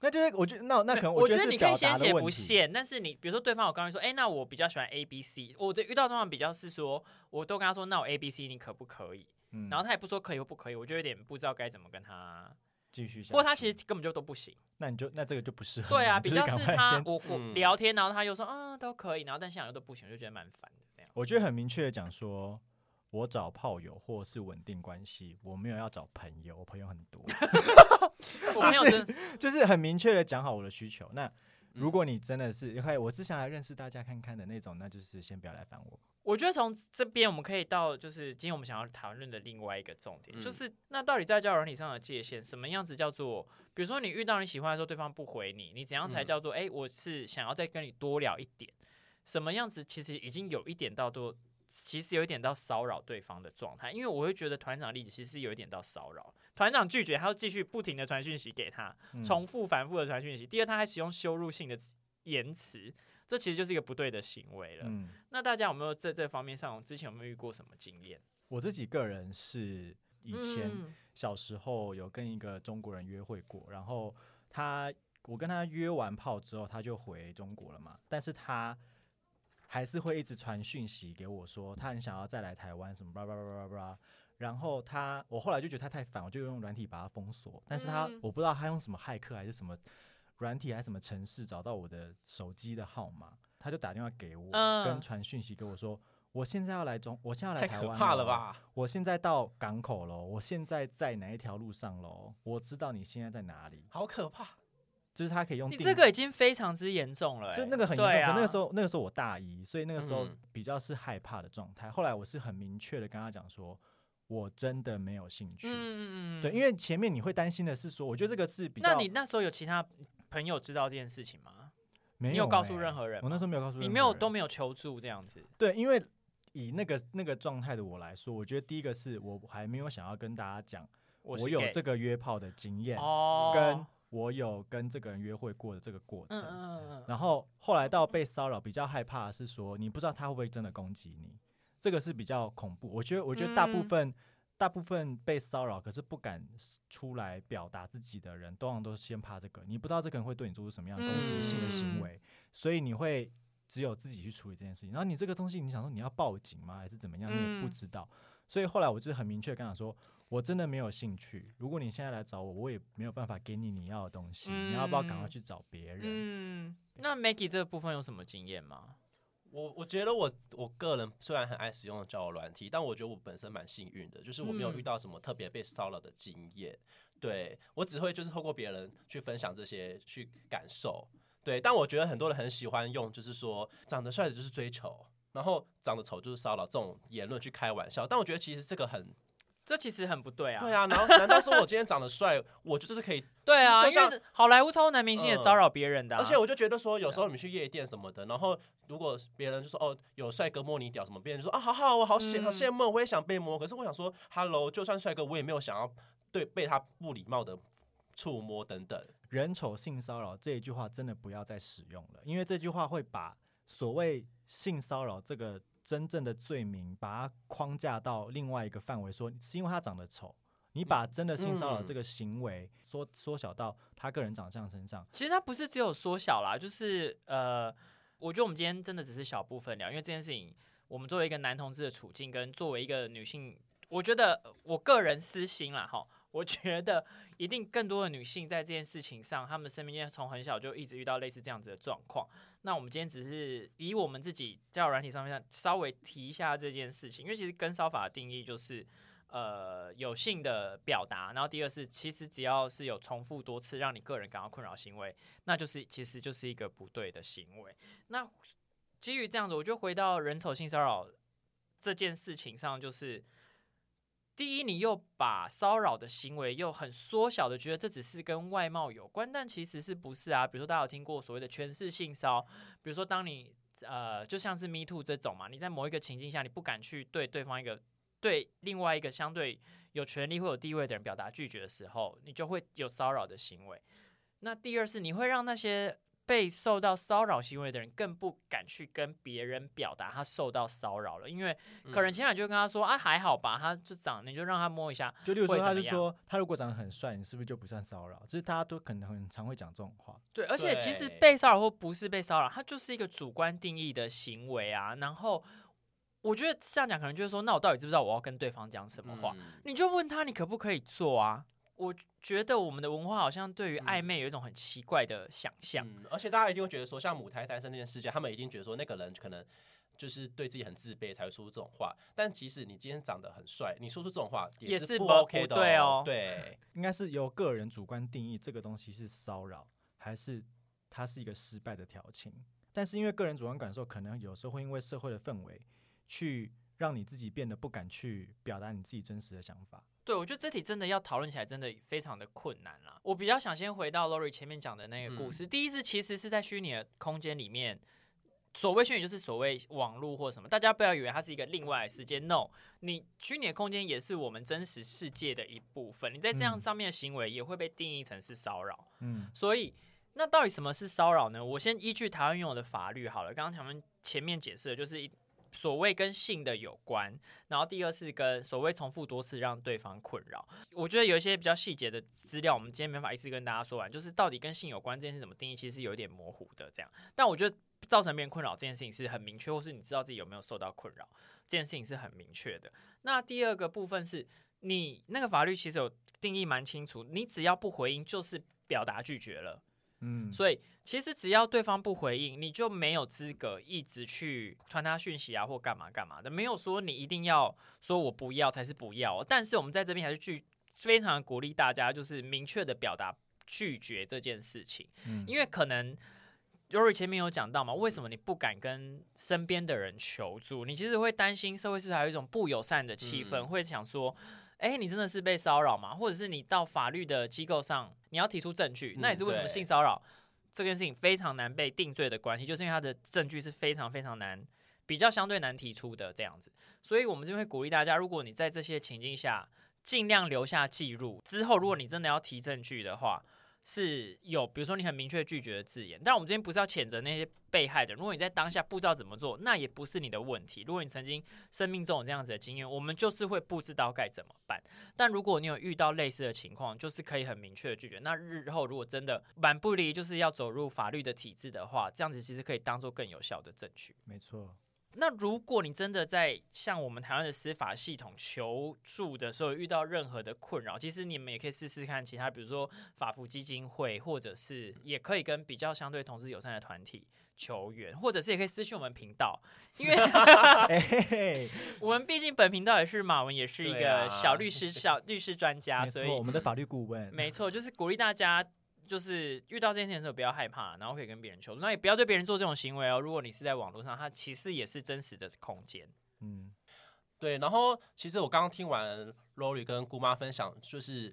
那就是我觉得那那可能我觉觉得得是你可以表达先的写问不题，限，但是你比如说对方我刚刚说，哎、那我比较喜欢 A B C，我的遇到状况比较是说，我都跟他说，那我 A B C 你可不可以？嗯然后他也不说可以或不可以，我就有点不知道该怎么跟他。继续下去。不过他其实根本就都不 行。那你就那这个就不适合你，对啊，比你就是较赶是快他先我我嗯聊天，然后他又说嗯都可以，然后但现场又都不行，我就觉得蛮烦的这样。我觉得很明确的讲说，我找炮友或是稳定关系，我没有要找朋友，我朋友很多。 我朋友真的就是很明确的讲好我的需求。那如果你真的是，因为我是想来认识大家看看的那种，那就是先不要来烦我。我觉得从这边我们可以到就是今天我们想要讨论的另外一个重点，嗯就是那到底在交友软体上的界限，什么样子叫做，比如说你遇到你喜欢的时候，对方不回你，你怎样才嗯叫做哎、诶我是想要再跟你多聊一点，什么样子其实已经有一点到多。其实有一点到骚扰对方的状态，因为我会觉得团长的例子其实有一点到骚扰，团长拒绝，他要继续不停的传讯息给他，嗯重复反复的传讯息。第二，他还使用羞辱性的词言辞，这其实就是一个不对的行为了。嗯，那大家有没有在这方面上之前有没有遇过什么经验？我自己个人是以前嗯小时候有跟一个中国人约会过，然后他我跟他约完炮之后，他就回中国了嘛，但是他。还是会一直传讯息给我说他很想要再来台湾什么叭叭叭叭叭，然后他我后来就觉得他太烦，我就用软体把他封锁，但是他、嗯我不知道他用什么骇客还是什么软体还是什么程式找到我的手机的号码，他就打电话给我，嗯跟传讯息给我说，我现在要来中，我现在要来太台可湾，哦怕了？吧？我现在到港口喽，我现在在哪一条路上喽？我知道你现在在哪里，好可怕！就是他可以用你定这个已经非常之严重了、欸，就那个很严重，对可啊、那个时候那个时候我大一，所以那个时候嗯比较是害怕的状态。后来我是很明确的跟他讲说，我真的没有兴趣。嗯，嗯嗯嗯，对，因为前面你会担心的是说，我觉得这个是比较那你那时候有其他朋友知道这件事情吗？没你有告欸诉任何人我那吗时候没有告诉任你何没有人都没有求助这样子，对，因为以那个那个状态的我来说，我觉得第一个是我还没有想要跟大家讲我我是有 gay 这个约炮的经验，哦，跟我有跟这个人约会过的这个过程。嗯嗯嗯，然后后来到被骚扰，比较害怕的是说你不知道他会不会真的攻击你，这个是比较恐怖。我觉得，我觉得大部嗯分、大部分被骚扰可是不敢 s- 出来表达自己的人，通常都是先怕这个，你不知道这个人会对你做出什么样的攻击性的行嗯为，所以你会。只有自己去处理这件事情，然后你这个东西，你想说你要报警吗，还是怎么样，你也不嗯知道。所以后来我就是很明确地跟他说，我真的没有兴趣。如果你现在来找我，我也没有办法给你你要的东西，你要不要赶快嗯去找别人？嗯，那 Maggie 这部分有什么经验吗？我我觉得我我个人虽然很爱使用交友软体，但我觉得我本身蛮幸运的，就是我没有嗯遇到什么特别被骚扰的经验。对我只会就是透过别人去分享这些去感受。对，但我觉得很多人很喜欢用，就是说长得帅的就是追求，然后长得丑就是骚扰这种言论去开玩笑。但我觉得其实这个很这其实很不对啊，对啊，然后难道说我今天长得帅，我就是可以对啊，就因为像好莱坞超男明星也呃嗯骚扰别人的啊、而且我就觉得说，有时候你们去夜店什么的，然后如果别人就说哦有帅哥摸你屌什么，别人就说啊好好，我好羡好嗯羡慕，我也想被摸。可是我想说，Hello，就算帅哥，我也没有想要对被他不礼貌的触摸等等。人丑性骚扰这一句话真的不要再使用了，因为这句话会把所谓性骚扰这个真正的罪名，把它框架到另外一个范围，说是因为他长得丑。你把真的性骚扰这个行为缩缩小到他个人长相身上，其实它不是只有缩小啦，就是呃，我觉得我们今天真的只是小部分聊，因为这件事情，我们作为一个男同志的处境，跟作为一个女性，我觉得呃我个人私心啦，哈，我觉得一定更多的女性在这件事情上，她们身边从很小就一直遇到类似这样子的状况。那我们今天只是以我们自己交友软体上面稍微提一下这件事情，因为其实跟骚法的定义就是。呃有性的表达，然后第二是，其实只要是有重复多次让你个人感到困扰的行为，那就是其实就是一个不对的行为。那基于这样子，我就回到人丑性骚扰这件事情上，就是第一，你又把骚扰的行为又很缩小的觉得这只是跟外貌有关，但其实是不是啊？比如说大家有听过所谓的权势性骚，比如说当你呃就像是 Me Too 这种嘛，你在某一个情境下你不敢去对对方一个对另外一个相对有权利或有地位的人表达拒绝的时候，你就会有骚扰的行为。那第二是你会让那些被受到骚扰行为的人更不敢去跟别人表达他受到骚扰了，因为可能嗯前两就跟他说啊还好吧，他就长你就让他摸一下，就例如说会他怎就么样说他如果长得很帅，你是不是就不算骚扰？就是大家都可能很常会讲这种话。对，而且其实对被骚扰或不是被骚扰，它就是一个主观定义的行为啊。然后我觉得这样讲可能就是说，那我到底知不知道我要跟对方讲什么话？嗯你就问他你可不可以做啊？我觉得我们的文化好像对于暧嗯昧有一种很奇怪的想象，嗯而且大家一定会觉得说，像母胎单身那件事件，他们一定觉得说那个人可能。就是对自己很自卑才会说出这种话，但即使你今天长得很帅，你说出这种话也是是不不 OK 不的、对哦对，应该是由个人主观定义这个东西是骚扰，还是它是一个失败的调情。但是因为个人主观感受，可能有时候会因为社会的氛围，去让你自己变得不敢去表达你自己真实的想法。对，我觉得这题真的要讨论起来，真的非常的困难啦。我比较想先回到 Lori 前面讲的那个嗯故事，第一是其实是在虚拟的空间里面，所谓虚拟就是所谓网络或什么，大家不要以为它是一个另外的世界，no，你虚拟的空间也是我们真实世界的一部分，你在这样嗯上面的行为也会被定义成是骚扰。嗯，所以，那到底什么是骚扰呢？我先依据台湾拥有的法律好了。刚刚前面前面解释的就是一所谓跟性的有关，然后第二是跟所谓重复多次让对方困扰。我觉得有一些比较细节的资料，我们今天没法一次跟大家说完，就是到底跟性有关这件事怎么定义，其实有一点模糊的这样。但我觉得造成别人困扰这件事情是很明确，或是你知道自己有没有受到困扰这件事情是很明确的。那第二个部分是你那个法律其实有定义蛮清楚，你只要不回应就是表达拒绝了。嗯，所以其实只要对方不回应，你就没有资格一直去传他讯息啊，或干嘛干嘛的。没有说你一定要说我不要才是不要哦、但是我们在这边还是去非常鼓励大家，就是明确的表达拒绝这件事情，嗯因为可能。Rory 前面有讲到嘛，为什么你不敢跟身边的人求助？你其实会担心社会是还有一种不友善的气氛，嗯会想说，哎、你真的是被骚扰吗？或者是你到法律的机构上，你要提出证据，那也嗯是为什么对性骚扰这件事情非常难被定罪的关系，就是因为它的证据是非常非常难比较相对难提出的这样子。所以我们这边会鼓励大家，如果你在这些情境下，尽量留下记录。之后，如果你真的要提证据的话，是有，比如说你很明确拒绝的字眼。但我们这边不是要谴责那些被害的人，如果你在当下不知道怎么做，那也不是你的问题。如果你曾经生命中有这样子的经验，我们就是会不知道该怎么办。但如果你有遇到类似的情况，就是可以很明确的拒绝。那日后如果真的蛮不离，就是要走入法律的体制的话，这样子其实可以当做更有效的证据。没错，那如果你真的在向我们台湾的司法系统求助的时候遇到任何的困扰，其实你们也可以试试看其他，比如说法服基金会，或者是也可以跟比较相对同志友善的团体求援，或者是也可以私讯我们频道，因为哎嘿嘿我们毕竟本频道也是马文，也是一对个啊小律 师、小律师专家，没啊所错，我以们的法律顾问，没错，就是鼓励大家。就是遇到这件事情的时候不要害怕，然后可以跟别人求助，那也不要对别人做这种行为哦。如果你是在网络上，它其实也是真实的空间。嗯，对，然后其实我刚刚听完 Lori 跟姑妈分享，就是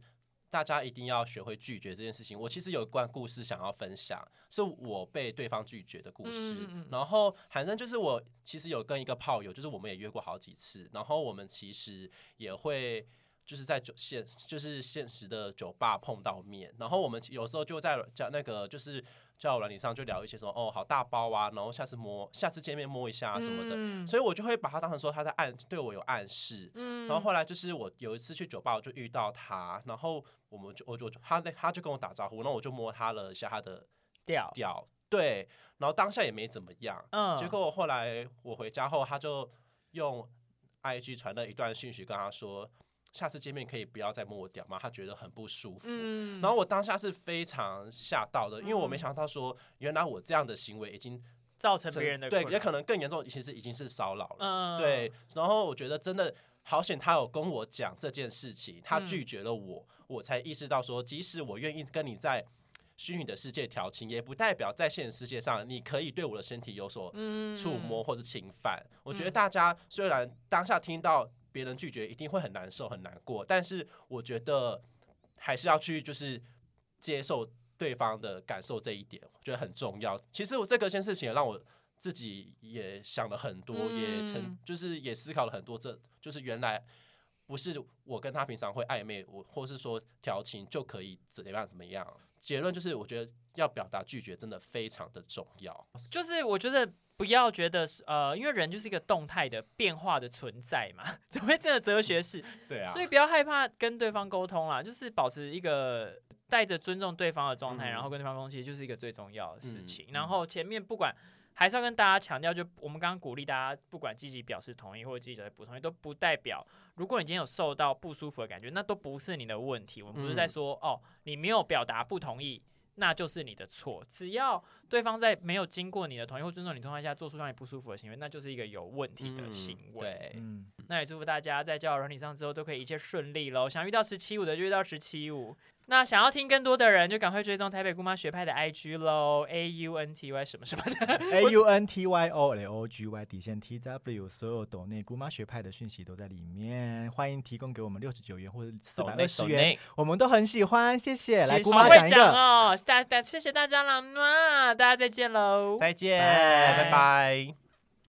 大家一定要学会拒绝这件事情。我其实有一段故事想要分享，是我被对方拒绝的故事。嗯嗯嗯然后反正就是我其实有跟一个炮友，就是我们也约过好几次，然后我们其实也会。就是在酒现，就是现实的酒吧碰到面，然后我们有时候就在叫那个就是叫软体上就聊一些说哦好大包啊，然后下次摸下次见面摸一下、啊、什么的，嗯所以我就会把他当成说他在暗对我有暗示。嗯然后后来就是我有一次去酒吧，我就遇到他，然后我们就我就我就他那他就跟我打招呼，然后我就摸他了一下他的掉，屌，对，然后当下也没怎么样。嗯，结果后来我回家后，他就用 IG 传了一段讯息跟他说，下次见面可以不要再摸我屌吗？他觉得很不舒服。嗯，然后我当下是非常吓到的，因为我没嗯想到说，原来我这样的行为已经造成别人的对，困也扰可能更严重，其实已经是骚扰了。嗯，对，然后我觉得真的好险，他有跟我讲这件事情，他嗯拒绝了我，我才意识到说，即使我愿意跟你在虚拟的世界调情，也不代表在现实世界上你可以对我的身体有所嗯，触摸或是侵犯。我觉得嗯大家虽然当下听到别人拒绝，一定会很难受、很难过，但是我觉得还是要去就是接受对方的感受这一点，我觉得很重要。其实我这个件事情也让我自己也想了很多，也曾嗯就是也思考了很多这，就是原来。不是我跟他平常会暧昧，我或是说调情就可以怎么样怎么样。结论就是，我觉得要表达拒绝真的非常的重要。就是我觉得。不要觉得呃，因为人就是一个动态的、变化的存在嘛， 怎么会这个哲学是？对啊，所以不要害怕跟对方沟通啦，就是保持一个带着尊重对方的状态，嗯然后跟对方沟通，其实就是一个最重要的事情。嗯然后前面不管还是要跟大家强调，就我们刚刚鼓励大家，不管积极表示同意或者积极表示不同意，都不代表如果你今天有受到不舒服的感觉，那都不是你的问题。我们不是在嗯说、哦，你没有表达不同意。那就是你的错。只要对方在没有经过你的同意或尊重你的状态下做出让你不舒服的行为，那就是一个有问题的嗯行为。对， 嗯，那也祝福大家在交友软体上之后都可以一切顺利喽。想遇到十七五的就遇到十七五，那想要听更多的人就赶快追踪台北姑妈学派的 IG 喽，A U N T Y 什么什么的。 A U N T Y O L O G Y 底线 T W，所有抖内姑妈学派的讯息都在里面，欢迎提供给我们六十九元或者四百二十手元，内我们都很喜欢，谢谢。谢来，谢姑好妈会一讲啊个，嗯哦，大大谢谢大家啦，嘛，大家再见喽，再见，拜拜拜